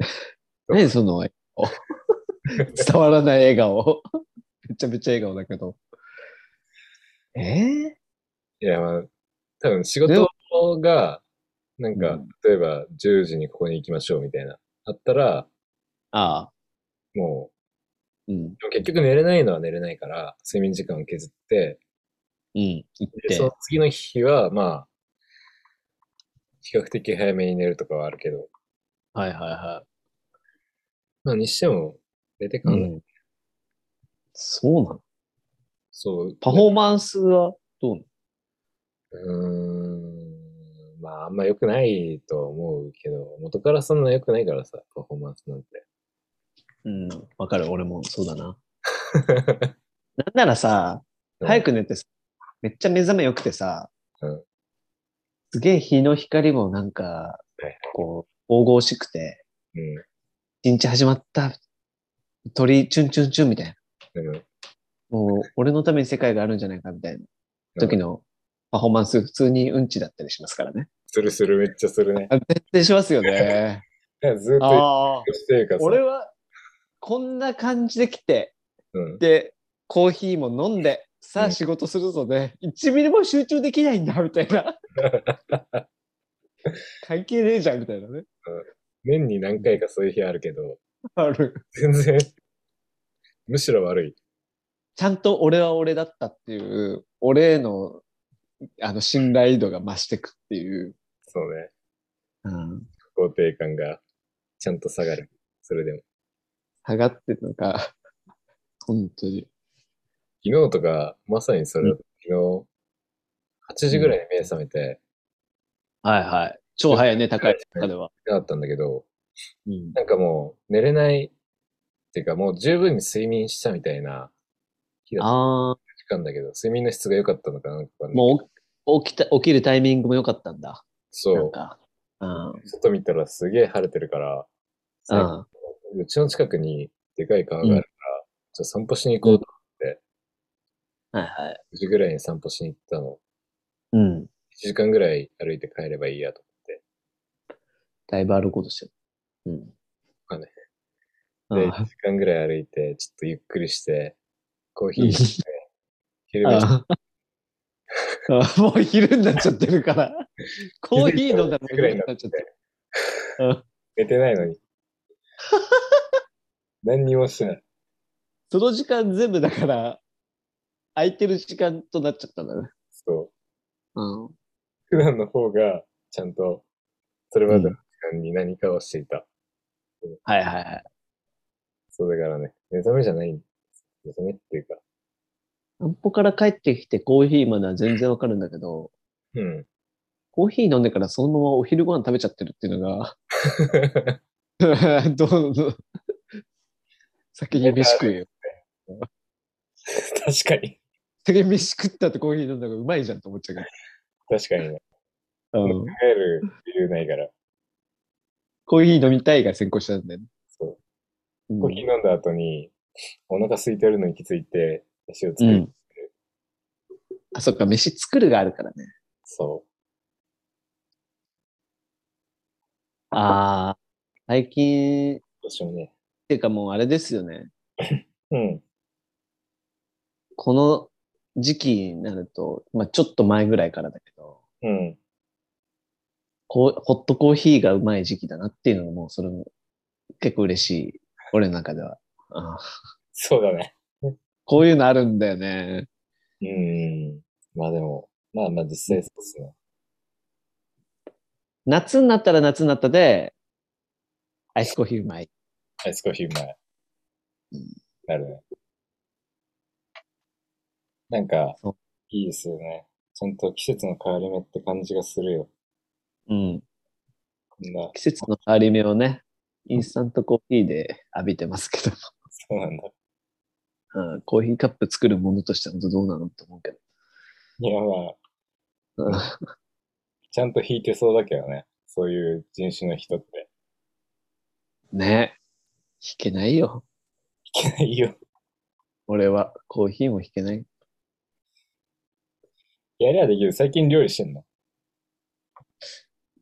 Speaker 3: そう
Speaker 1: 何その笑顔 伝わらない笑顔。 めちゃめちゃ笑顔だけど。えー
Speaker 3: いや、まあ、多分仕
Speaker 1: でも
Speaker 3: 事が、なんか、
Speaker 1: うん
Speaker 3: 例えば10時にここに行きましょうみたいな。あったら、
Speaker 1: ああ、
Speaker 3: も
Speaker 1: うん、
Speaker 3: う、でも結局寝れないのは寝れないから、睡眠時間を削って、
Speaker 1: うん、行っ
Speaker 3: で
Speaker 1: て
Speaker 3: その。次の日は、まあ、比較的早めに寝るとかはあるけど、
Speaker 1: はいはいは
Speaker 3: まあ、にしても、出て
Speaker 1: い。
Speaker 3: かんない。
Speaker 1: うんそうなの
Speaker 3: そう。
Speaker 1: パフォーマンスはどうなの
Speaker 3: うーん。まあ、あんま良くないとは思うけど、元からそんな良くないからさ、パフォーマンスなん
Speaker 1: うん、わかる。俺もそうだな。
Speaker 3: て。
Speaker 1: なんならさ、
Speaker 3: うん
Speaker 1: 早く寝てさ、めっちゃ目覚めよくてさ、
Speaker 3: うん
Speaker 1: すげえ日の光もなんか
Speaker 3: はい、
Speaker 1: こう、神々しくて、
Speaker 3: う
Speaker 1: 一日始まった、鳥、チュンチュンチュンみたいな。
Speaker 3: ん。うん。
Speaker 1: もう、俺のために世界があるんじゃないかみたいな時のパフォーマンス、普通にうんちだったりしますからね。
Speaker 3: するする、めっちゃするね。
Speaker 1: あ絶対しますよ ね。
Speaker 3: いやずっ と
Speaker 1: ああ。
Speaker 3: してるからさ。
Speaker 1: 俺は、こんな感じで来て、
Speaker 3: うん。
Speaker 1: で、コーヒーも飲んで、さ
Speaker 3: うん
Speaker 1: あ仕事するぞね、1ミリも集中できないんだ、みたいな。関係ねえじゃん、みたいなね。
Speaker 3: 年に何回かそういう日あるけど、
Speaker 1: ある。
Speaker 3: 全然、むしろ悪い。
Speaker 1: ちゃんと俺は俺だったっていう、俺への、あの、信頼度が増してくっていう。
Speaker 3: そうね。
Speaker 1: うん。
Speaker 3: 肯定感がちゃんと下がる。それでも。
Speaker 1: 下がってるのか。本当に。
Speaker 3: 昨日とか、まさにそれ、
Speaker 1: うん
Speaker 3: 昨日、8時ぐらいに目覚めて、
Speaker 1: はいはい。超早いね、高い中では。
Speaker 3: だったんだけど、
Speaker 1: うん。
Speaker 3: なんかもう寝れない、っていうかもう十分に睡眠したみたいな日だった
Speaker 1: ああ、
Speaker 3: 時間だけど、睡眠の質が良かったのかなんかわかんない
Speaker 1: もう起きた、起きるタイミングも良かったんだ。
Speaker 3: そ
Speaker 1: なん
Speaker 3: う。
Speaker 1: か。うん。
Speaker 3: 外見たらすげえ晴れてるから、最高
Speaker 1: うん。
Speaker 3: うちの近くにでかい川があるから、ちょっと散歩しに行こうと、
Speaker 1: はいはい。
Speaker 3: 9時ぐらいに散歩しに行ったの。
Speaker 1: うん。
Speaker 3: 1時間ぐらい歩いて帰ればいいやと。
Speaker 1: だいぶ歩こうとしてる。うん。
Speaker 3: あね
Speaker 1: う
Speaker 3: で、
Speaker 1: ん。
Speaker 3: 1時間ぐらい歩いて、ちょっとゆっくりして、コーヒ
Speaker 1: うん
Speaker 3: ー飲んで、昼飯
Speaker 1: ああもう昼になっちゃってるから。コーヒー飲んだらもう昼になっちゃってる。
Speaker 3: 寝てない のに。何にもしてない。
Speaker 1: その時間全部だから、空いてる時間となっちゃったんだね。
Speaker 3: そう。
Speaker 1: うん。
Speaker 3: 普段の方が、ちゃんと、それまでの時間に何かをしていた。
Speaker 1: はいはいはい。
Speaker 3: そうだからね、目覚めじゃないんです。目覚めっていうか、
Speaker 1: 散歩から帰ってきてコーヒーまでは全然わかるんだけど、
Speaker 3: うん。
Speaker 1: コーヒー飲んでからそのままお昼ご飯食べちゃってるっていうのが、 どうぞ。先に飯食えよ。
Speaker 3: 確かに。
Speaker 1: 先に飯食ったとコーヒー飲んだ方がうまいじゃんと思っちゃうけ
Speaker 3: 確かにね。
Speaker 1: ど。
Speaker 3: 考
Speaker 1: うん
Speaker 3: える理由ないから。
Speaker 1: コーヒー飲みたいが先行しちゃうんだよね。
Speaker 3: そうう。
Speaker 1: ん
Speaker 3: コーヒー飲んだ後に、お腹空いてるのに気づいて、飯を作
Speaker 1: う
Speaker 3: る。
Speaker 1: ん。あ、そっか、飯作るがあるからね。
Speaker 3: そ
Speaker 1: ああ、最近、っ
Speaker 3: う。どうしようもね。
Speaker 1: ていうかもうあれですよね。
Speaker 3: うん。
Speaker 1: この時期になると、まあちょっと前ぐらいからだけど、
Speaker 3: うん。
Speaker 1: こうホットコーヒーがうまい時期だなっていうのがもうそれも結構嬉しい。俺の中では。あー
Speaker 3: そうだね。
Speaker 1: こういうのあるんだよね。
Speaker 3: うん。まあでも、まあまあ実際そうですね。
Speaker 1: 夏になったら夏になったで、アイスコーヒーうまい。
Speaker 3: アイスコーヒーうまい。なるね。なんか
Speaker 1: そう、
Speaker 3: いいですよね。ちゃんと季節の変わり目って感じがするよ。
Speaker 1: うん。
Speaker 3: こんな、
Speaker 1: 季節の変わり目をね、インスタントコーヒーで浴びてますけど。
Speaker 3: そうなんだ。
Speaker 1: うんコーヒーカップ作るものとして本当どうなのって思うけど。
Speaker 3: いやまあ、
Speaker 1: うん
Speaker 3: ちゃんと引いてそうだけどね。そういう人種の人って。
Speaker 1: ね弾けないよ。
Speaker 3: いけないよ。
Speaker 1: 俺は。コーヒーも弾けない。
Speaker 3: やりゃできる。最近料理してんの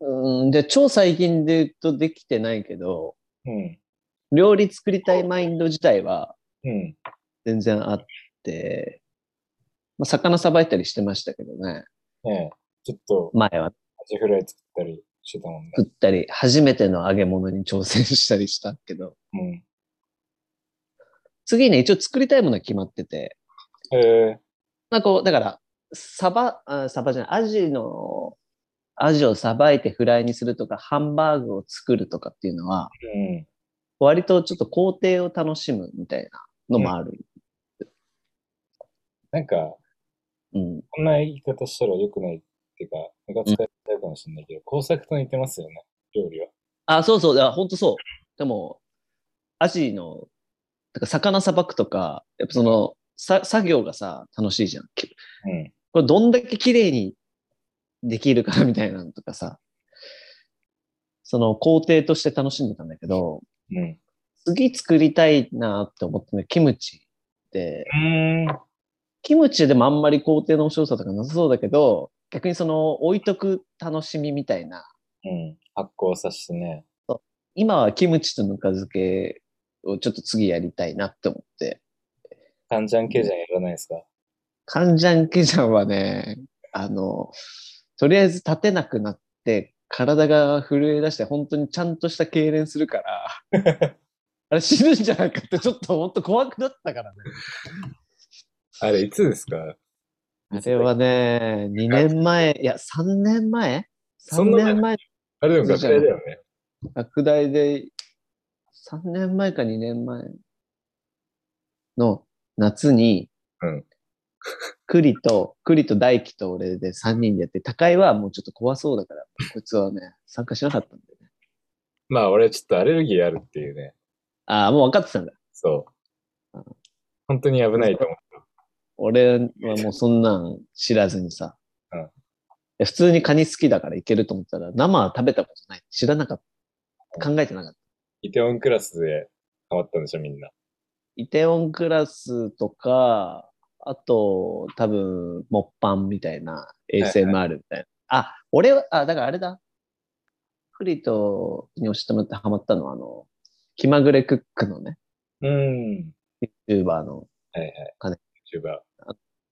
Speaker 1: うん、で、超最近で言うとできてないけど、
Speaker 3: うん。
Speaker 1: 料理作りたいマインド自体は
Speaker 3: うん。
Speaker 1: 全然あって、まあ、魚さばいたりしてましたけどね。
Speaker 3: ねえ。ちょっと、
Speaker 1: 前は
Speaker 3: アジフライ作ったりしてたもんね。
Speaker 1: 食ったり、初めての揚げ物に挑戦したりしたけど、
Speaker 3: うん。
Speaker 1: 次ね、一応作りたいものは決まってて、
Speaker 3: ええ
Speaker 1: まあこう、だから、サバ、あサバじゃない、アジの、アジをさばいてフライにするとか、ハンバーグを作るとかっていうのは、
Speaker 3: うん。
Speaker 1: 割とちょっと工程を楽しむみたいなのもある。
Speaker 3: なんか、
Speaker 1: うん。
Speaker 3: こんな言い方したら良くないっていうか、目が使えちゃうかもしれないけど、工作と似てますよね。料理は。
Speaker 1: あ、そうそう、いや、ほんとそう。でも、アジの、だから魚さばくとか、やっぱその、さ作業がさ、楽しいじゃん。き
Speaker 3: うん。
Speaker 1: これどんだけ綺麗にできるかなみたいなのとかさ、その工程として楽しんでたんだけど、
Speaker 3: うん。
Speaker 1: 次作りたいなって思ってね、キムチって、
Speaker 3: うーん。
Speaker 1: キムチでもあんまり工程の面白さとかなさそうだけど、逆にその置いとく楽しみみたいな。
Speaker 3: うん。発酵させてね。
Speaker 1: 今はキムチとぬか漬けをちょっと次やりたいなって思って。
Speaker 3: カンジャンケジャンやらないですか
Speaker 1: カンジャンケジャンはね、あの、とりあえず立てなくなって、体が震え出して、本当にちゃんとした痙攣するから、あれ死ぬんじゃないかって、ちょっと本当怖くなったからね。
Speaker 3: あれ、いつですか
Speaker 1: あれはね、2年前、いや、3年前
Speaker 3: そん
Speaker 1: ?3
Speaker 3: な前
Speaker 1: 年前、
Speaker 3: あれでも学生だよね。
Speaker 1: 学大で、3年前か2年前の夏に、
Speaker 3: うん
Speaker 1: 栗と、栗と大輝と俺で3人でやって、高井はもうちょっと怖そうだから、こいつはね、参加しなかったんだよね。
Speaker 3: まあ、俺ちょっとアレルギーあるっていうね。
Speaker 1: ああ、もう分かってたんだ。
Speaker 3: そう
Speaker 1: うん。
Speaker 3: 本当に危ないと思
Speaker 1: 俺はもうそんなん知らずにさ。
Speaker 3: う
Speaker 1: い
Speaker 3: ん
Speaker 1: や普通にカニ好きだからいけると思ったら、生は食べたことない。知らなかった。考えてなかった。
Speaker 3: う。イテオンクラスでハマったんでしょ、みんな。
Speaker 1: イテオンクラスとか、あと、多分、モッパンみたいな、ASMR みたいな。あ、俺は、あ、だからあれだ。クリトに教えてもらってハマったのは、あの、気まぐれクックのね、
Speaker 3: うん。
Speaker 1: YouTuber の、
Speaker 3: はいはい。
Speaker 1: 金
Speaker 3: YouTuber。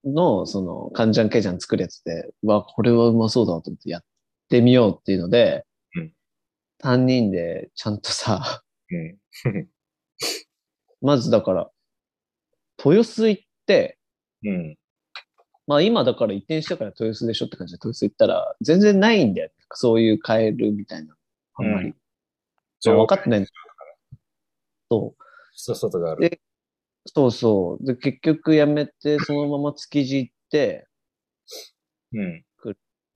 Speaker 1: の、その、カンジャンケジャン作るやつで、うわ、これはうまそうだなと思ってやってみようっていうので、
Speaker 3: うん
Speaker 1: 3人でちゃんとさ、
Speaker 3: うん。
Speaker 1: まずだから、豊洲行って、
Speaker 3: うん。
Speaker 1: まあ今だから移転したから豊洲でしょって感じで豊洲行ったら、全然ないんだよね。そういうカエルみたいな。あんまり。
Speaker 3: うん
Speaker 1: まあ分かってないんだけど。そう。
Speaker 3: そう、外があ
Speaker 1: で
Speaker 3: る。
Speaker 1: そうそう。で、結局やめて、そのまま築地行って、
Speaker 3: うん。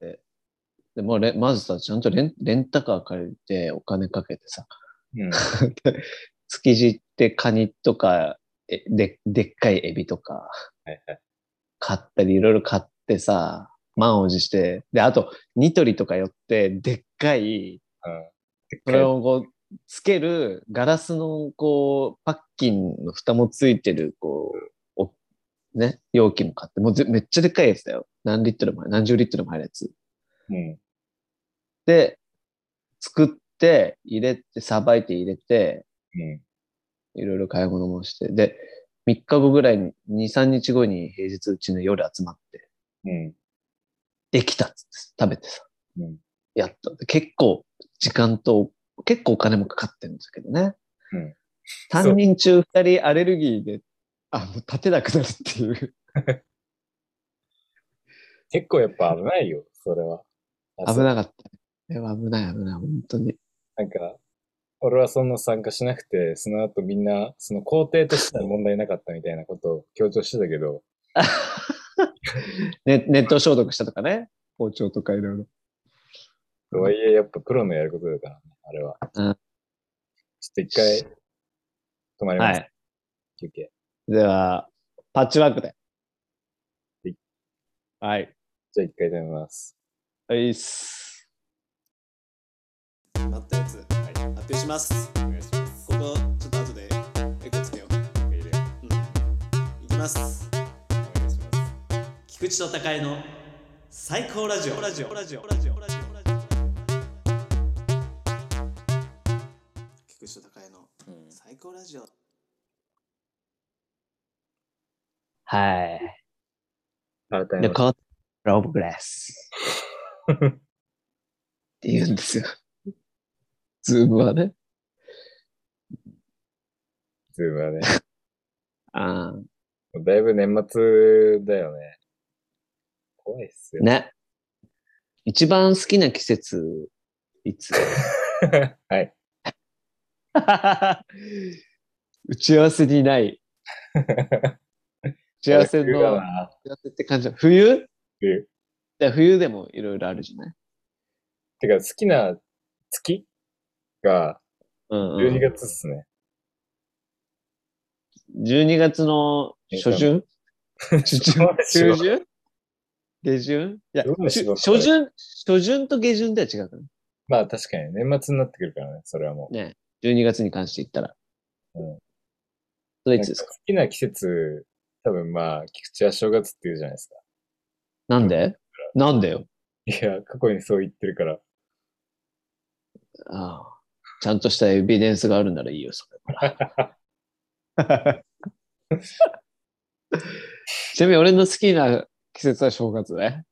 Speaker 1: でまあ、れまずさ、ちゃんとレンレンタカー借りて、お金かけてさ、
Speaker 3: うん。
Speaker 1: 築地ってカニとか、えででっかいエビとか
Speaker 3: はいはい。
Speaker 1: 買ったりいろいろ買ってさ、満を持して、で、あと、ニトリとか寄って、でっかい、
Speaker 3: うん。でっ
Speaker 1: そ
Speaker 3: かい
Speaker 1: れをこう、つける、ガラスの、こう、パッキンの蓋もついてる、こう、おね、容器も買って、もうぜめっちゃでっかいやつだよ。何リットルも、何十リットルも入るやつ。
Speaker 3: うん。
Speaker 1: で、作って、入れて、さばいて入れて、
Speaker 3: うん。
Speaker 1: いろいろ買い物もして、で、3日後ぐらいに、2、3日後に平日うちの夜集まって、
Speaker 3: うん。
Speaker 1: できたっつって食べてさ、
Speaker 3: うん
Speaker 1: やった。で結構時間と、結構お金もかかってるんですけどね。
Speaker 3: うん
Speaker 1: 3人中2人アレルギーで、あ、もう立てなくなるっていう。
Speaker 3: 結構やっぱ危ないよ、それは。あ
Speaker 1: 危なかった。でも危ない危ない、本当に。
Speaker 3: なんか、俺はそんな参加しなくて、その後みんな、その工程としては問題なかったみたいなことを強調してたけど、
Speaker 1: ね、熱湯消毒したとかね。包丁とかいろいろ。
Speaker 3: とはいえやっぱプロのやることだからね、あれは。
Speaker 1: うん
Speaker 3: ちょっと一回、止まり
Speaker 1: は
Speaker 3: ます。
Speaker 1: い。
Speaker 3: 休憩。
Speaker 1: では、パッチワークで
Speaker 3: はい。
Speaker 1: はい。
Speaker 3: じゃあ一回止めます。
Speaker 1: はいっす。
Speaker 4: 待ったやつ、発表します。お願いします。ここ、ちょっと後で、エコつけよう。うん。いきます。お願いします。菊池と高井の最高ラジオ。ラジオ。ラジオ。ラジオ。ラジオ。ラジオ。菊池と高井の最高ラジオ。
Speaker 1: はい。
Speaker 3: 改め
Speaker 1: で、
Speaker 3: ま
Speaker 1: こう、ロブグラス。
Speaker 3: して。
Speaker 1: って言うんですよ。ズームはね。
Speaker 3: ズームはね、
Speaker 1: ああ、
Speaker 3: もうだいぶ年末だよね。怖いっすよ。
Speaker 1: ね。一番好きな季節、い つ
Speaker 3: はい。
Speaker 1: 打ち合わせにない。打ち合わせの、
Speaker 3: 冬だ
Speaker 1: 打
Speaker 3: な
Speaker 1: ち合わせって感じだ。冬
Speaker 3: 冬
Speaker 1: だ冬でもいろいろあるじゃない
Speaker 3: てか、好きな月が
Speaker 1: うん、う
Speaker 3: 12
Speaker 1: ん。
Speaker 3: 月っす ね。
Speaker 1: 12月の初 旬中旬中 旬下旬いや、
Speaker 3: どうでし
Speaker 1: ち
Speaker 3: ょう
Speaker 1: ゅ初旬、初旬と下旬では違うからね。
Speaker 3: まあ確かに年末になってくるからね、それはもう。
Speaker 1: ね、12月に関して言ったら。
Speaker 3: うん
Speaker 1: それい
Speaker 3: なん
Speaker 1: つ
Speaker 3: か
Speaker 1: です
Speaker 3: 好
Speaker 1: か
Speaker 3: きな季節、多分まあ、菊池は正月って言うじゃないですか。
Speaker 1: なんでなんでよ。
Speaker 3: いや、過去にそう言ってるから。
Speaker 1: ああちゃんとしたエビデンスがあるならいいよ、それ は。ちなみに俺の好きな季節は正月ね。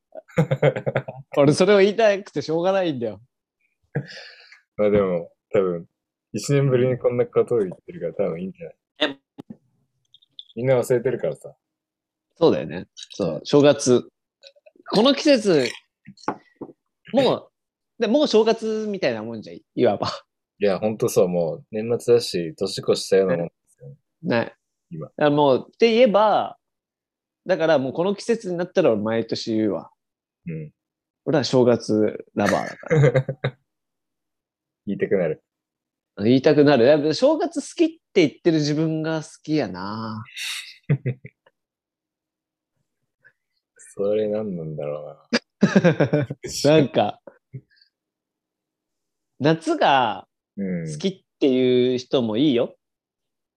Speaker 1: 俺それを言いたくてしょうがないんだよ。
Speaker 3: まあでも、多分、一年ぶりにこんなことを言ってるから多分いいんじゃない
Speaker 4: え
Speaker 3: みんな忘れてるからさ。
Speaker 1: そうだよね。そう、正月。この季節、もう、でもう正月みたいなもんじゃん、いわば。
Speaker 3: いや、ほんとそう、もう年末だし、年越したようなもん。
Speaker 1: ね。
Speaker 3: 今
Speaker 1: あもう、って言えば、だからもうこの季節になったら俺毎年言うわ。
Speaker 3: うん。
Speaker 1: 俺は正月ラバーだから。
Speaker 3: 言いたくなる。
Speaker 1: 言いたくなる。やっぱ正月好きって言ってる自分が好きや な。
Speaker 3: それ何なんだろう
Speaker 1: な
Speaker 3: な。
Speaker 1: んか、夏が
Speaker 3: うん。
Speaker 1: 好きっていう人もいいよ。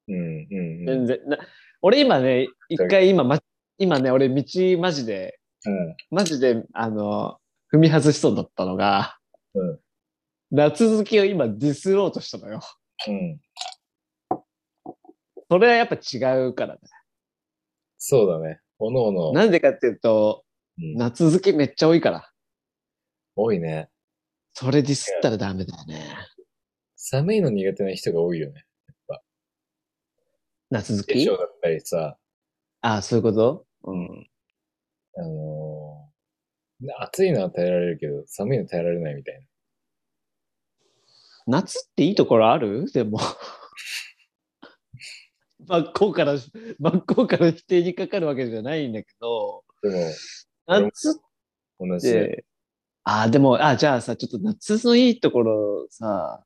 Speaker 3: うんうんうん。
Speaker 1: 全然。な俺今ね、一回今、ま、今ね、俺道マジで、マジで、あの、踏み外しそうだったのが、
Speaker 3: うん
Speaker 1: 夏好きを今ディスろうとしたのよ。
Speaker 3: うん。
Speaker 1: それはやっぱ違うからね。
Speaker 3: そうだね。おのおの、
Speaker 1: なんでかっていうと、
Speaker 3: うん
Speaker 1: 夏好きめっちゃ多いから。
Speaker 3: 多いね。
Speaker 1: それディスったらダメだよね。
Speaker 3: 寒いの苦手な人が多いよね。
Speaker 1: 夏好
Speaker 3: 化
Speaker 1: き
Speaker 3: 粧だったりさ、
Speaker 1: ああ、そういうことうん。
Speaker 3: あのー暑いのは耐えられるけど、寒いの耐えられないみたいな。
Speaker 1: 夏っていいところあるでも。 真っ向から、真っ向から否定にかかるわけじゃないんだけど、
Speaker 3: でも、
Speaker 1: 夏っ
Speaker 3: 同じで。
Speaker 1: て、ああ、でも、ああ、じゃあさ、ちょっと夏のいいところさ、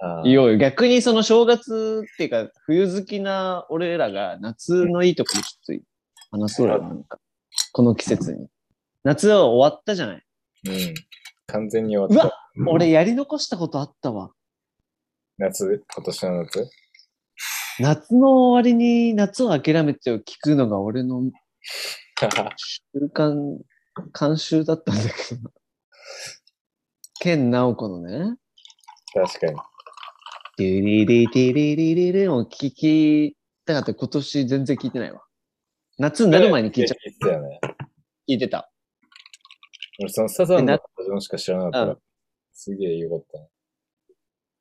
Speaker 3: あー
Speaker 1: いようよ。逆にその正月っていうか、冬好きな俺らが夏のいいところちょっと話そうよ、なんか。この季節に。夏は終わったじゃない。
Speaker 3: うん。完全に
Speaker 1: う
Speaker 3: 終わっ
Speaker 1: わ
Speaker 3: た。
Speaker 1: 俺やり残したことあったわ。
Speaker 3: 夏、今年の夏。
Speaker 1: 夏の終わりに夏を諦めてを聞くのが俺の習慣、慣習だったんだけど。健直子のね、
Speaker 3: 確かに。
Speaker 1: デュリリディリリリリを聞きたかった今年全然聞いてないわ。夏になる前に聞いちゃ
Speaker 3: ゃ聞いてたよね。
Speaker 1: 聞いてた。
Speaker 3: 俺、そのサザン
Speaker 1: でな
Speaker 3: のバージョンしか知らなかったか
Speaker 1: う
Speaker 3: ら、すげえよかったね。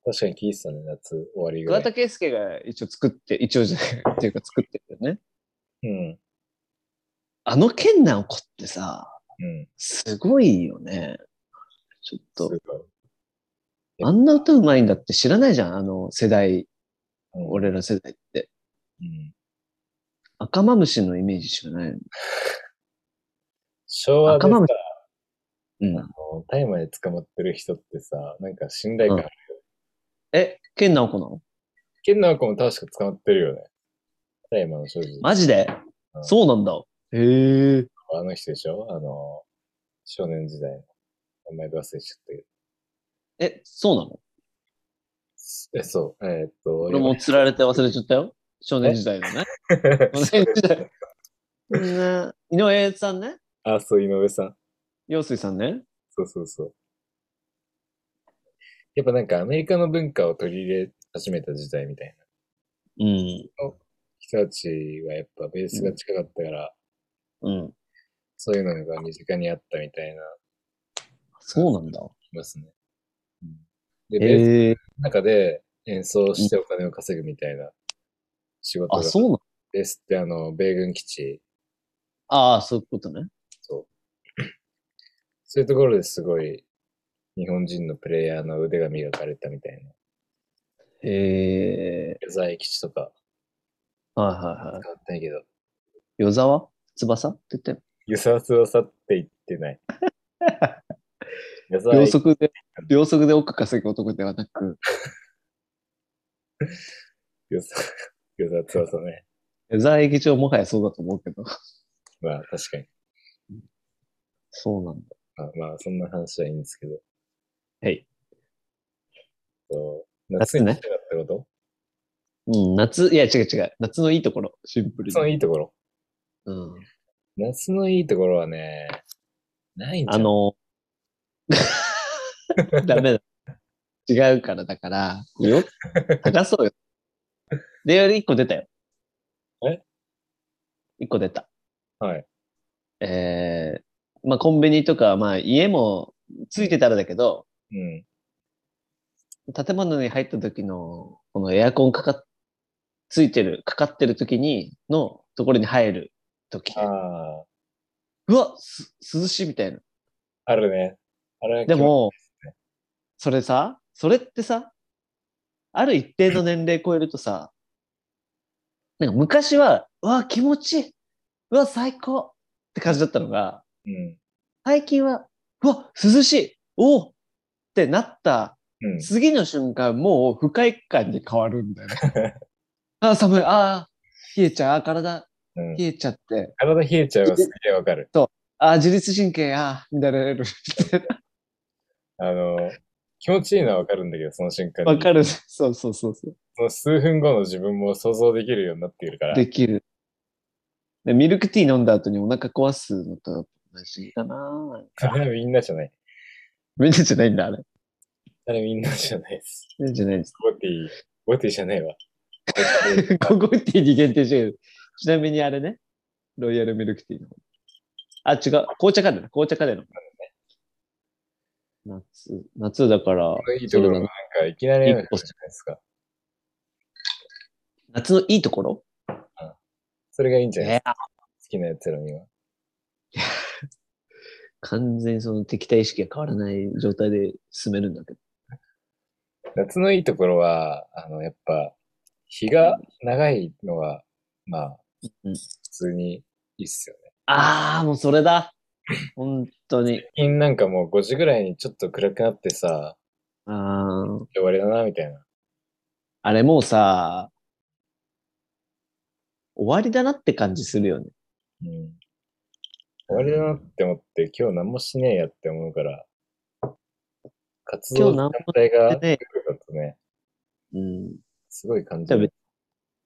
Speaker 3: 確かに聞いてたね、夏終わりぐ
Speaker 1: 桑
Speaker 3: ら
Speaker 1: 田
Speaker 3: い。
Speaker 1: 佳祐が一応作って、一応じゃない、っていうか作ってるよね。
Speaker 3: うん。
Speaker 1: あの健直子ってさ、
Speaker 3: うん。
Speaker 1: すごいよね。ちょっ
Speaker 3: す
Speaker 1: と
Speaker 3: ごい。。
Speaker 1: あんな歌うまいんだって知らないじゃん、あの世代、
Speaker 3: うん、
Speaker 1: 俺ら世代って。
Speaker 3: うん。
Speaker 1: 赤マムシのイメージしかない。
Speaker 3: 昭和で
Speaker 1: 赤
Speaker 3: さ
Speaker 1: マムシうん。
Speaker 3: あの大麻で捕まってる人ってさ、なんか信頼感ある。
Speaker 1: え、ケンナオコなの
Speaker 3: ケンナオコも確か捕まってるよね。大麻の所持。
Speaker 1: マジで、
Speaker 3: うん
Speaker 1: そうなんだ。へえ。
Speaker 3: あの人でしょあの、少年時代の。名前忘れちゃったけど。
Speaker 1: え、そうなの
Speaker 3: え、そう。えーっと、
Speaker 1: 俺も釣られて忘れちゃったよ。少年時代のね。少年時代。 ね井上さんね。
Speaker 3: あ、そう、井上さん。
Speaker 1: 陽水さんね。
Speaker 3: そうそうそう。やっぱなんかアメリカの文化を取り入れ始めた時代みたいな
Speaker 1: うん。
Speaker 3: 人たちはやっぱベースが近かったから、
Speaker 1: うん。
Speaker 3: そういうのが身近にあったみたいな
Speaker 1: そうなんだ。
Speaker 3: 気がしますね。うんで、ベース
Speaker 1: へえ。
Speaker 3: の中で演奏してお金を稼ぐみたいな仕事
Speaker 1: あ、
Speaker 3: が。
Speaker 1: そうなの
Speaker 3: ベースってあの、米軍基地。
Speaker 1: ああ、そういうことね。
Speaker 3: そういうところですごい日本人のプレイヤーの腕が磨かれたみたいな。
Speaker 1: へえ。
Speaker 3: 野在基地とか
Speaker 1: はいはいはい。
Speaker 3: 使ってないけど、
Speaker 1: 与沢翼って言ったよ。
Speaker 3: ゆさつを去って言っ てない。ゆさ
Speaker 1: 秒速で、秒速で奥稼ぐ男ではなく、
Speaker 3: よさ、 よさつわさね。
Speaker 1: 与沢駅長もはやそうだと思うけど。
Speaker 3: まあ確かに。
Speaker 1: そうなんだ。
Speaker 3: まあ、まあ、そんな話はいいんですけど。
Speaker 1: はい。
Speaker 3: と
Speaker 1: 夏
Speaker 3: 夏に
Speaker 1: ね
Speaker 3: 来たかったこと、
Speaker 1: うん、夏、いや違う違う。夏のいいところ、シンプル
Speaker 3: 夏の
Speaker 1: に。
Speaker 3: いいところ。
Speaker 1: うん、
Speaker 3: 夏のいいところはね、ないんじゃ
Speaker 1: あ
Speaker 3: ん。
Speaker 1: の、ダメだ。違うから、だから、よ、探そうよ。で、俺一個出たよ。
Speaker 3: え
Speaker 1: 一個出た。
Speaker 3: はい。
Speaker 1: えー、まあコンビニとか、まあ家もついてたらだけど、
Speaker 3: うん。
Speaker 1: 建物に入った時の、このエアコンかかっ、ついてる、かかってる時に、のところに入る時。
Speaker 3: ああ、
Speaker 1: うわ、す、涼しいみたいな。
Speaker 3: あるね。あれは
Speaker 1: でも、それさ、それってさ、ある一定の年齢超えるとさ、なんか昔は、うわ、気持ちいい。うわ、最高って感じだったのが、
Speaker 3: 気持ち、
Speaker 1: 最近は、うわ、涼しいおおってなった
Speaker 3: うん。うん。
Speaker 1: 次の瞬間、もう不快感に変わるんだよね。あー、寒い。あー、冷えちゃう。あー、体、
Speaker 3: うん
Speaker 1: 冷えちゃって。
Speaker 3: 体冷えちゃうわ、すげえわ かる。
Speaker 1: あー、自律神経、あー、乱れる。
Speaker 3: あの、気持ちいいのはわかるんだけど、その瞬間に。
Speaker 1: わかる。そうそうそうそう。
Speaker 3: その数分後の自分も想像できるようになっているから。
Speaker 1: できる。でミルクティー飲んだ後にお腹壊すのと同じだな
Speaker 3: あれはみんなじゃない。
Speaker 1: みんなじゃないんだ、あれ。
Speaker 3: あれみんなじゃないです。
Speaker 1: みんなじゃないです。
Speaker 3: ボティ、ボティじゃねえわ。
Speaker 1: ココティーに限定してる。ちなみにあれね、ロイヤルミルクティーの。あ、違う。紅茶カレーだ。紅茶カレーの。夏、夏だから
Speaker 3: こ、れいいところもなんかいきなりやるじゃないですか。
Speaker 1: 夏のいいところ
Speaker 3: それがいいんじゃな
Speaker 1: え
Speaker 3: いですか。好きな奴らには。
Speaker 1: 完全にその敵対意識が変わらない状態で進めるんだけど。
Speaker 3: 夏のいいところは、あの、やっぱ、日が長いのは、まあ、
Speaker 1: うん
Speaker 3: 普通にいいっすよね。
Speaker 1: ああ、もうそれだ。本当に。
Speaker 3: 最近なんかもう5時ぐらいにちょっと暗くなってさ、
Speaker 1: ああ。
Speaker 3: 終わりだな、みたいな。
Speaker 1: あれもうさ、終わりだなって感じするよね。
Speaker 3: うん。終わりだなって思って、今日何もしねえやって思うから、活動
Speaker 1: 今
Speaker 3: 全
Speaker 1: 日何も
Speaker 3: 体が、
Speaker 1: してねえ
Speaker 3: とね、
Speaker 1: うん。
Speaker 3: すごい感じ
Speaker 1: じゃあ別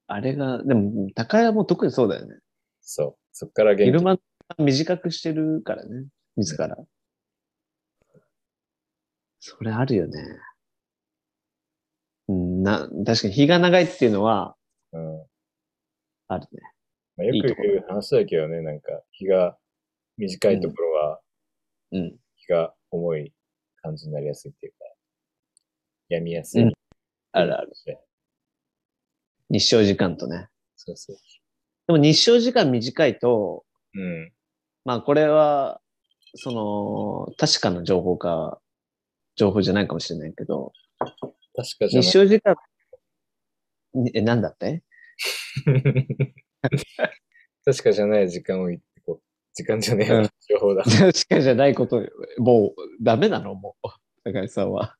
Speaker 1: あれが、でも、高井はもう特にそうだよね。
Speaker 3: そう。そっから元気
Speaker 1: 昼間短くしてるからね、自ら。それあるよね。うんな、確かに日が長いっていうのは
Speaker 3: うん
Speaker 1: あるね。
Speaker 3: まあ、よ
Speaker 1: いい
Speaker 3: く
Speaker 1: とこ
Speaker 3: 言う話だけどね、なんか日が短いところは
Speaker 1: うん。
Speaker 3: 日が重い感じになりやすいっていうか、やみやすい。
Speaker 1: うんあるあ
Speaker 3: る。
Speaker 1: 日照時間とね。
Speaker 3: そうそう。
Speaker 1: でも日照時間短いと、
Speaker 3: うん。
Speaker 1: まあこれは、その、確かな情報か、情報じゃないかもしれないけど、
Speaker 3: 確かじゃ
Speaker 1: 日
Speaker 3: ない。
Speaker 1: 照時間、にえ、なんだって
Speaker 3: 確かじゃない時間を言ってこう。時間じゃねえ
Speaker 1: う
Speaker 3: わ
Speaker 1: ん。
Speaker 3: 情報だ。
Speaker 1: 確かじゃないこと、もう、ダメなのもう、高井さんは。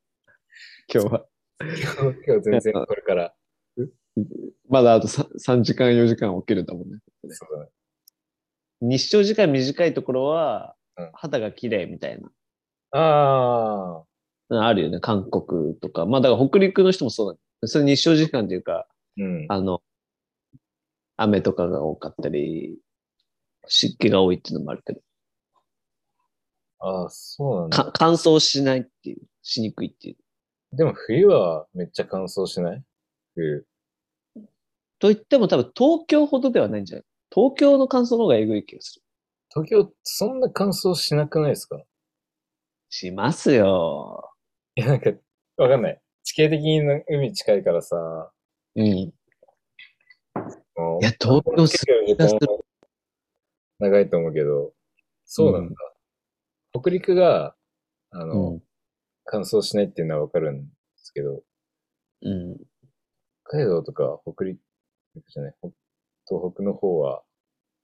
Speaker 1: 今日は。
Speaker 3: 今日全然これから。
Speaker 1: まだあと 3, 時間、4時間起きるんだもんね。
Speaker 3: そうだね。
Speaker 1: 日照時間短いところは
Speaker 3: うん、
Speaker 1: 肌が綺麗みたいな。
Speaker 3: ああ。
Speaker 1: あるよね、韓国とか。まあだから北陸の人もそうだ、ね、それ日照時間っていうか、
Speaker 3: うん。
Speaker 1: あの、雨とかが多かったり、湿気が多いっていうのもあるけど、
Speaker 3: ああ、そうなんだ。
Speaker 1: か乾燥しないっていう、しにくいっていう。
Speaker 3: でも冬はめっちゃ乾燥しない冬。
Speaker 1: と言っても多分東京ほどではないんじゃない東京の乾燥の方がえぐい気がする。
Speaker 3: 東京、そんな乾燥しなくないですか
Speaker 1: しますよ。
Speaker 3: いや、なんか、わかんない。地形的に海近いからさ、
Speaker 1: うん。い
Speaker 3: もう
Speaker 1: や、東京す
Speaker 3: 結構時間も長いと思うけど、そうなんだ。北陸が、あ
Speaker 1: う
Speaker 3: の、
Speaker 1: ん。
Speaker 3: 乾燥しないっていうのはわかるんですけど、
Speaker 1: うん。
Speaker 3: 北海道とか北陸じゃない、ほ東北の方は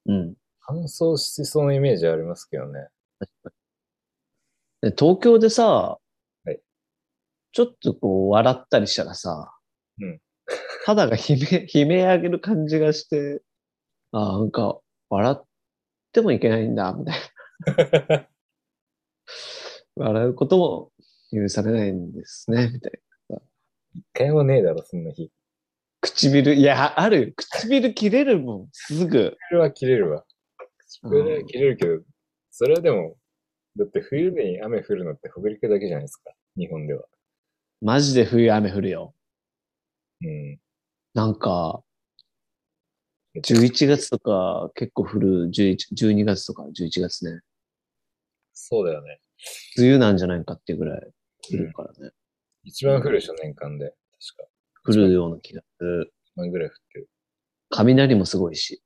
Speaker 1: うん。
Speaker 3: 乾燥しそうなイメージありますけどね。
Speaker 1: で東京でさ、
Speaker 3: はい
Speaker 1: ちょっとこう笑ったりしたらさ、
Speaker 3: うん
Speaker 1: 肌が悲 鳴、悲鳴上げる感じがして、あーなんか笑ってもいけないんだ、みたいな。笑うことも許されないんですね、みたいな。
Speaker 3: 一回もねえだろ、そんな日。
Speaker 1: 唇、いや、ある。唇切れるもん、すぐ。
Speaker 3: 唇は切れるわ。
Speaker 1: うん
Speaker 3: 唇は切れるけど、それはでも、だって冬に雨降るのって北陸だけじゃないですか。日本では。
Speaker 1: マジで冬雨降るよ。
Speaker 3: うん。
Speaker 1: なんか、11月とか結構降る、11 12月とか11月ね。
Speaker 3: そうだよね。
Speaker 1: 梅雨なんじゃないかっていうぐらいいるからね。
Speaker 3: 一番降るでしょ、年間で。確か。
Speaker 1: 降るような気がする。
Speaker 3: 1万ぐらい降ってる。
Speaker 1: 雷もすごいし。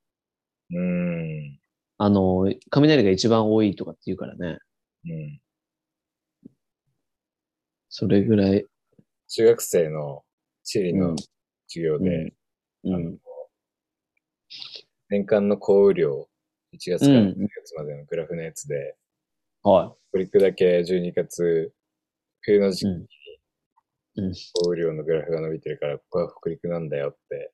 Speaker 3: うーん。
Speaker 1: あの、雷が一番多いとかって言うからね。
Speaker 3: うん。
Speaker 1: それぐらい。
Speaker 3: 中学生の地理
Speaker 1: う
Speaker 3: の
Speaker 1: ん
Speaker 3: 授業で、
Speaker 1: う
Speaker 3: あ
Speaker 1: ん
Speaker 3: の。年間の降雨量、1月から2月までのグラフのやつで、
Speaker 1: は
Speaker 3: 北陸だけ12月、冬の時期に
Speaker 1: うんうん
Speaker 3: 降雨量のグラフが伸びてるから、ここは北陸なんだよって、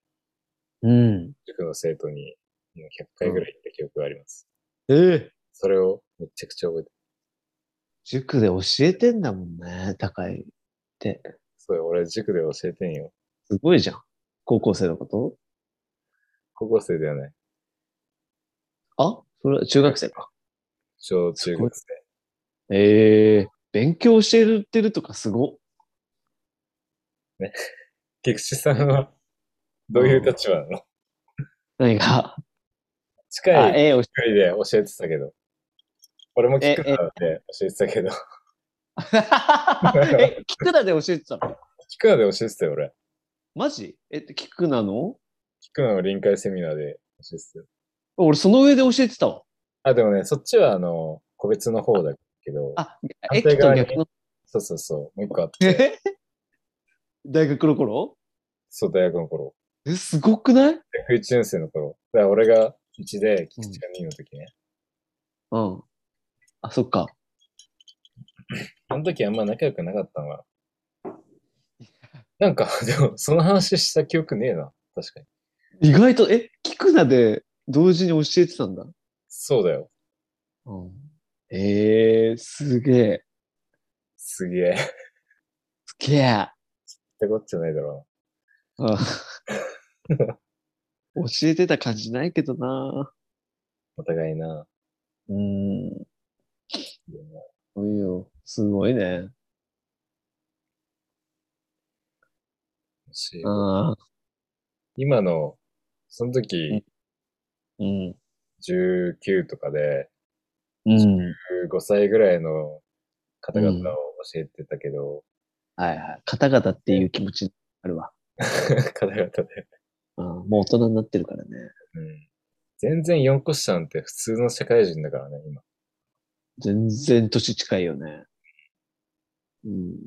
Speaker 1: い。うん。
Speaker 3: 塾の生徒にもう100回ぐらい言った記憶があります。
Speaker 1: ええ
Speaker 3: それをめちゃくちゃ覚えてる。
Speaker 1: 塾で教えてんだもんね、高い。
Speaker 3: そうよ、俺塾で教えてんよ。
Speaker 1: すごいじゃん。高校生のこと
Speaker 3: 高校生ではない。
Speaker 1: あそれは中学生か。
Speaker 3: 小中学生。
Speaker 1: ええ勉強教えてるとかすご。
Speaker 3: 菊池さんは、どういう立場なの
Speaker 1: 何が、あ、
Speaker 3: 近い
Speaker 1: ええ教え
Speaker 3: 距離で教えてたけど。俺も聞く
Speaker 1: ええ
Speaker 3: からで教えてたけど。
Speaker 1: え、キクナで教えてたの
Speaker 3: 聞くなで教えてたよ、俺。
Speaker 1: マジえ、キクナの
Speaker 3: 聞くなの臨海セミナーで教えてたよ。
Speaker 1: 俺、その上で教えてたわ。
Speaker 3: あ、でもね、そっちはあの、個別の方だけど、
Speaker 1: あ、
Speaker 3: 反
Speaker 1: え、
Speaker 3: 対
Speaker 1: き
Speaker 3: 側
Speaker 1: と
Speaker 3: に
Speaker 1: 逆の、
Speaker 3: そうそうそう、もう一個あって、
Speaker 1: え 大学の頃
Speaker 3: そう、大学の頃。
Speaker 1: え、すごくない
Speaker 3: 大学1年生の頃。だから俺が1で、菊池が2の時ね。
Speaker 1: うん。あ、そっか。
Speaker 3: あの時あんま仲良くなかったのが。なんか、 でも、その話した記憶ねえな。確かに。
Speaker 1: 意外と、え、キクナで同時に教えてたんだ。
Speaker 3: そうだよ。
Speaker 1: うん。ええすげえ。
Speaker 3: すげえ。
Speaker 1: すげえ。
Speaker 3: ってこっちゃないだろ
Speaker 1: あ教えてた感じないけどな。
Speaker 3: うな。お互いな。
Speaker 1: うん。
Speaker 3: いいよな
Speaker 1: そういうよ。すごいね。
Speaker 3: もし
Speaker 1: ああ。
Speaker 3: 今の、その時
Speaker 1: うん。
Speaker 3: 19とかで、
Speaker 1: うん。
Speaker 3: 15歳ぐらいの方々を教えてたけど、
Speaker 1: はいはい。方々っていう気持ちあるわ。
Speaker 3: 方々で、
Speaker 1: うん、もう大人になってるからね。
Speaker 3: うん。全然4個下なんて普通の社会人だからね、今。
Speaker 1: 全然年近いよね。うん。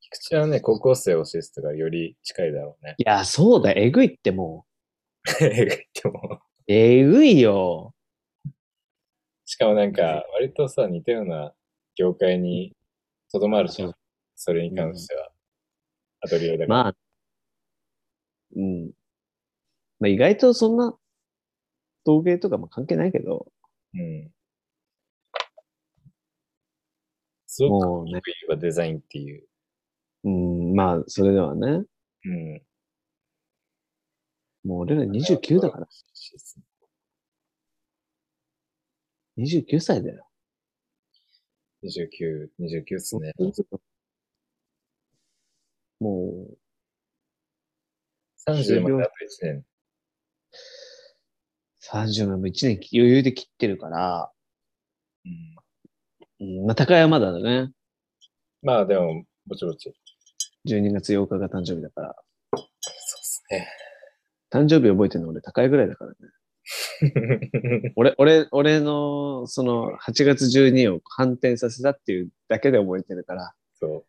Speaker 3: 菊池はね、高校生を教えてたからより近いだろうね。
Speaker 1: いや、そうだ。えぐいっても
Speaker 3: えぐいっても。
Speaker 1: う。えぐいよ。
Speaker 3: しかもなんか、割とさ、似たような業界にとどまるじゃ。
Speaker 1: うん
Speaker 3: それに関しては。アトリエだから。
Speaker 1: まあ。うん。まあ意外とそんな、陶芸とかも関係ないけど。
Speaker 3: うん。すごく
Speaker 1: もうね
Speaker 3: 言。えばデザインっていう。
Speaker 1: うん、まあ、それではね。
Speaker 3: うん。
Speaker 1: もう俺ら29だから。29歳だよ。
Speaker 3: 29、29っすね。
Speaker 1: もう、
Speaker 3: 30まであと1年。
Speaker 1: 30年も1年余裕で切ってるから、
Speaker 3: うん
Speaker 1: うん、まあ、高井はまだだね。
Speaker 3: まあでも、ぼちぼち。
Speaker 1: 12月8日が誕生日だから。
Speaker 3: そうっ
Speaker 1: 誕生日覚えてるの俺高井ぐらいだからね。
Speaker 3: すね。
Speaker 1: 俺、俺、俺の、その、8月12を反転させたっていうだけで覚えてるから。
Speaker 3: そう。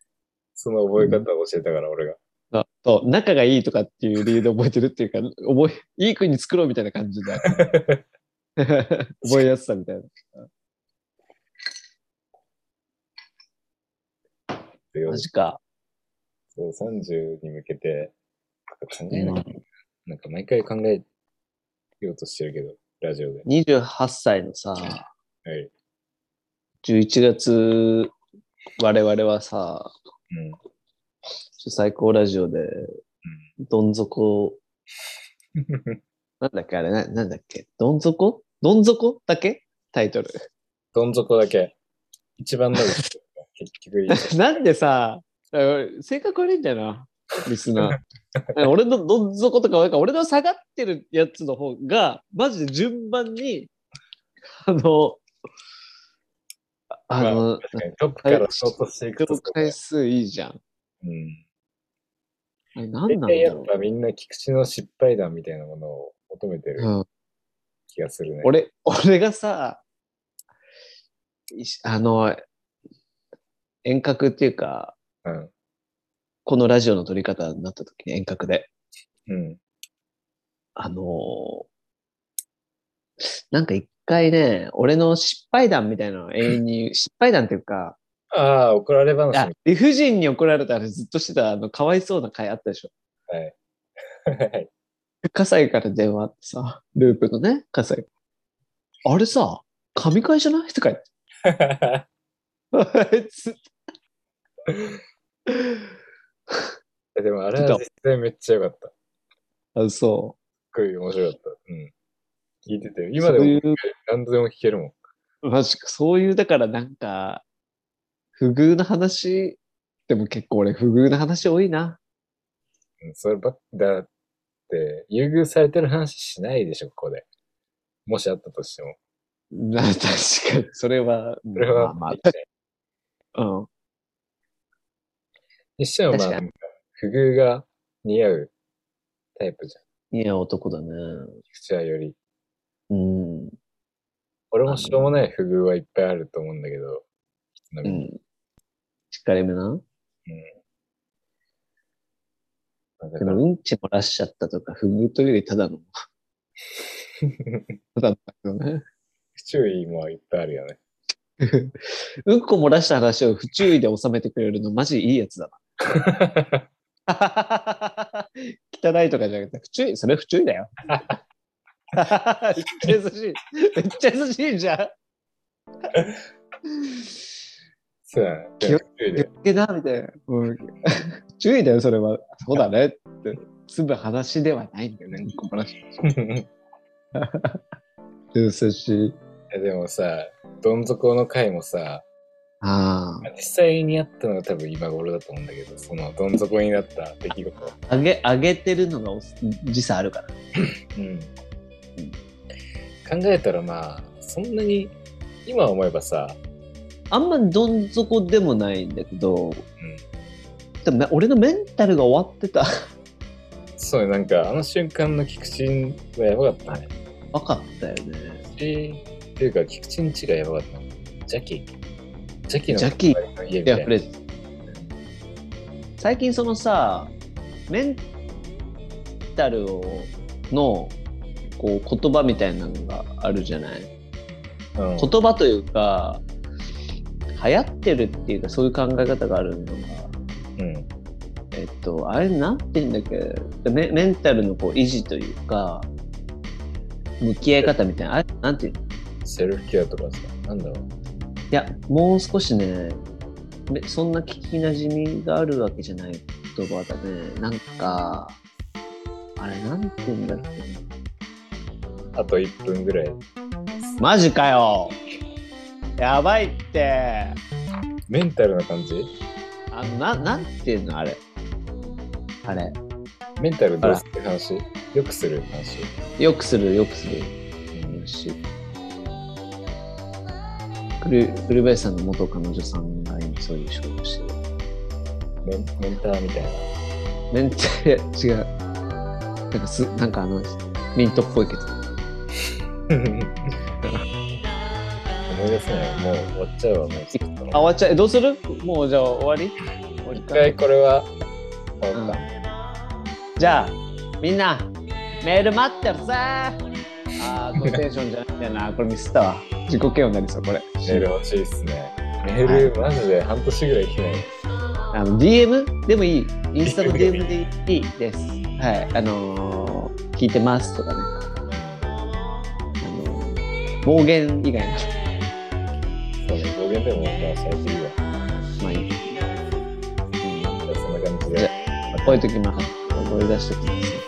Speaker 3: その覚え方を教えたから、俺が。
Speaker 1: あそう、仲がいいとかっていう理由で覚えてるっていうか、覚え、いい国作ろうみたいな感じで。覚えやすさ みたいな。
Speaker 3: で
Speaker 1: マジか。
Speaker 3: そう30に向けて、考え
Speaker 1: う
Speaker 3: なんきゃなんか毎回考えようとしてるけど、ラジオで。
Speaker 1: 28歳のさ、
Speaker 3: はい。
Speaker 1: 11月、我々はさ、
Speaker 3: うん。
Speaker 1: 最高ラジオで、どん底、なんだっけあれな、なんだっけどん底どん底だけタイトル。
Speaker 3: どん底だけ。一番 長い。結 局、
Speaker 1: なんでさ、俺性格悪いんだよな、リスナー。 なんか俺のどん底とか、なんか俺の下がってるやつの方が、マジで順番に、あの、ああの、
Speaker 3: トップからショートしていくと
Speaker 1: 回数いいじゃん。
Speaker 3: うん。
Speaker 1: あれ何なんだ
Speaker 3: でや
Speaker 1: ろ
Speaker 3: っぱみんな菊池の失敗談みたいなものを求めて
Speaker 1: う。
Speaker 3: る
Speaker 1: うん、
Speaker 3: 気がするね。
Speaker 1: 俺、俺がさ、いしあの、遠隔っていうか、
Speaker 3: うん。
Speaker 1: このラジオの撮り方になった時に遠隔で、
Speaker 3: うん。
Speaker 1: あのーなんか一回ね、俺の失敗談みたいなのを永遠に、失敗談っていうか、
Speaker 3: ああ、怒られ話みた
Speaker 1: あ
Speaker 3: い
Speaker 1: 理不尽に怒られたらずっとしてた、あの、かわいそうな回あったでしょ。
Speaker 3: はい。はい。
Speaker 1: 葛西から電話あってさ、ループのね、葛西。あれさ、神回じゃないとか言ってあいつ。
Speaker 3: でもあれ
Speaker 1: ちょ
Speaker 3: は
Speaker 1: っと
Speaker 3: 実際めっちゃ良かった。すっ
Speaker 1: あそ
Speaker 3: ごい面白かった。うん。聞いてて、
Speaker 1: う。
Speaker 3: 今で
Speaker 1: そうい
Speaker 3: も
Speaker 1: う、
Speaker 3: 何度でも聞けるもん。
Speaker 1: マジか、そういう、だからなんか、不遇な話、でも結構俺不遇な話多いな。
Speaker 3: うん、そればっだって、優遇されてる話しないでしょ、ここで。もしあったとしても。
Speaker 1: な、 確かに。それは、
Speaker 3: それは、
Speaker 1: まあま
Speaker 3: できない
Speaker 1: あ、うん。
Speaker 3: にしてもまあ、
Speaker 1: 確か
Speaker 3: 不遇が似合うタイプじゃん。
Speaker 1: いや、男だね。
Speaker 3: 菊池はより。
Speaker 1: うん。
Speaker 3: 俺もしょうもない不遇はいっぱいあると思うんだけど、
Speaker 1: う
Speaker 3: なんか
Speaker 1: ん。しっかりめな。
Speaker 3: だ
Speaker 1: で
Speaker 3: から
Speaker 1: も、うんち漏らしちゃったとか、不遇というよりた だの。ただのね。
Speaker 3: 不注意もいっぱいあるよね。
Speaker 1: うんこ漏らした話を不注意で収めてくれるの、マジいいやつだな。 汚いとかじゃなくて、不注意、それ不注意 だよ。 めっちゃ優しい。めっちゃ優しいじゃん。言って
Speaker 3: そうだね。でも不注意で。
Speaker 1: な、みたいな。うん、注意だよ、それは。そうだね。って、すぐ話ではないんだよね、うんこ漏らし。 優しい。
Speaker 3: いやでもさ、どん底の回もさ、
Speaker 1: あ
Speaker 3: 実際にあったのが多分今頃だと思うんだけど、そのどん底になった出来事。
Speaker 1: あ。上げ、上げてるのがお時差あるから。
Speaker 3: うん。考えたらまあ、そんなに、今思えばさ、
Speaker 1: あんまどん底でもないんだけど、
Speaker 3: うん、
Speaker 1: でもね俺のメンタルが終わってた。
Speaker 3: そうね、なんかあの瞬間の菊池はやばかったね。
Speaker 1: わかったよね。
Speaker 3: 菊池っていうか、菊池んちがやばかったね。ジャキジャキの
Speaker 1: ジャキ
Speaker 3: 隣の家み
Speaker 1: い
Speaker 3: たい
Speaker 1: や、
Speaker 3: な
Speaker 1: フレーズ。最近そのさ、メンタルをのこう言葉みたいなのがあるじゃない。
Speaker 3: うん
Speaker 1: 言葉というか、流行ってるっていうか、そういう考え方があるのが、
Speaker 3: うん。
Speaker 1: えっと、あれなんて言うんだっけメメンタルのこう維持というか、向き合い方みたいな、あれなんていうの
Speaker 3: セルフケアとかさ、なんだろう。
Speaker 1: いや、もう少しね、めそんな聞きなじみがあるわけじゃない言葉だね。なんか、あれ、なんて言うんだっけ
Speaker 3: あと1分ぐらい。
Speaker 1: マジかよやばいって
Speaker 3: メンタルな感じ
Speaker 1: あの、な、なんて言うのあれ。あれ。
Speaker 3: メンタルどうする話よくする話
Speaker 1: よくする、よくする。
Speaker 3: うん
Speaker 1: し。くる、くるべさんの元彼女さんが今そういう仕事をしてる。
Speaker 3: メンメンターみた いな。
Speaker 1: メンタル、いや違う。なんかす、なんかあの、ミントっぽいけど。
Speaker 3: 思い出せない。もう終わっちゃうわ、もう。
Speaker 1: あ、終わっちゃう。えどうするもうじゃあ終わり終わり
Speaker 3: 一
Speaker 1: か
Speaker 3: 回これは、終
Speaker 1: う
Speaker 3: わ
Speaker 1: ん
Speaker 3: った。
Speaker 1: じゃあ、みんな、メール待ってるぜあー、これテンションじゃないんだよな。これミスったわ。自己嫌悪になりそう、これ。
Speaker 3: メール欲しいっすね。メール、マジで半年ぐらい来ない。
Speaker 1: あの DM でもいい。インスタの DM でいいです。はい。あのー聞いてますとかね。あのー暴言以外の。
Speaker 3: そうね、語源でもまあ最近いいわ。
Speaker 1: まあいい。
Speaker 3: じゃあそんな感じ
Speaker 1: じゃ
Speaker 3: で。
Speaker 1: 覚えときます。思い出しておきます。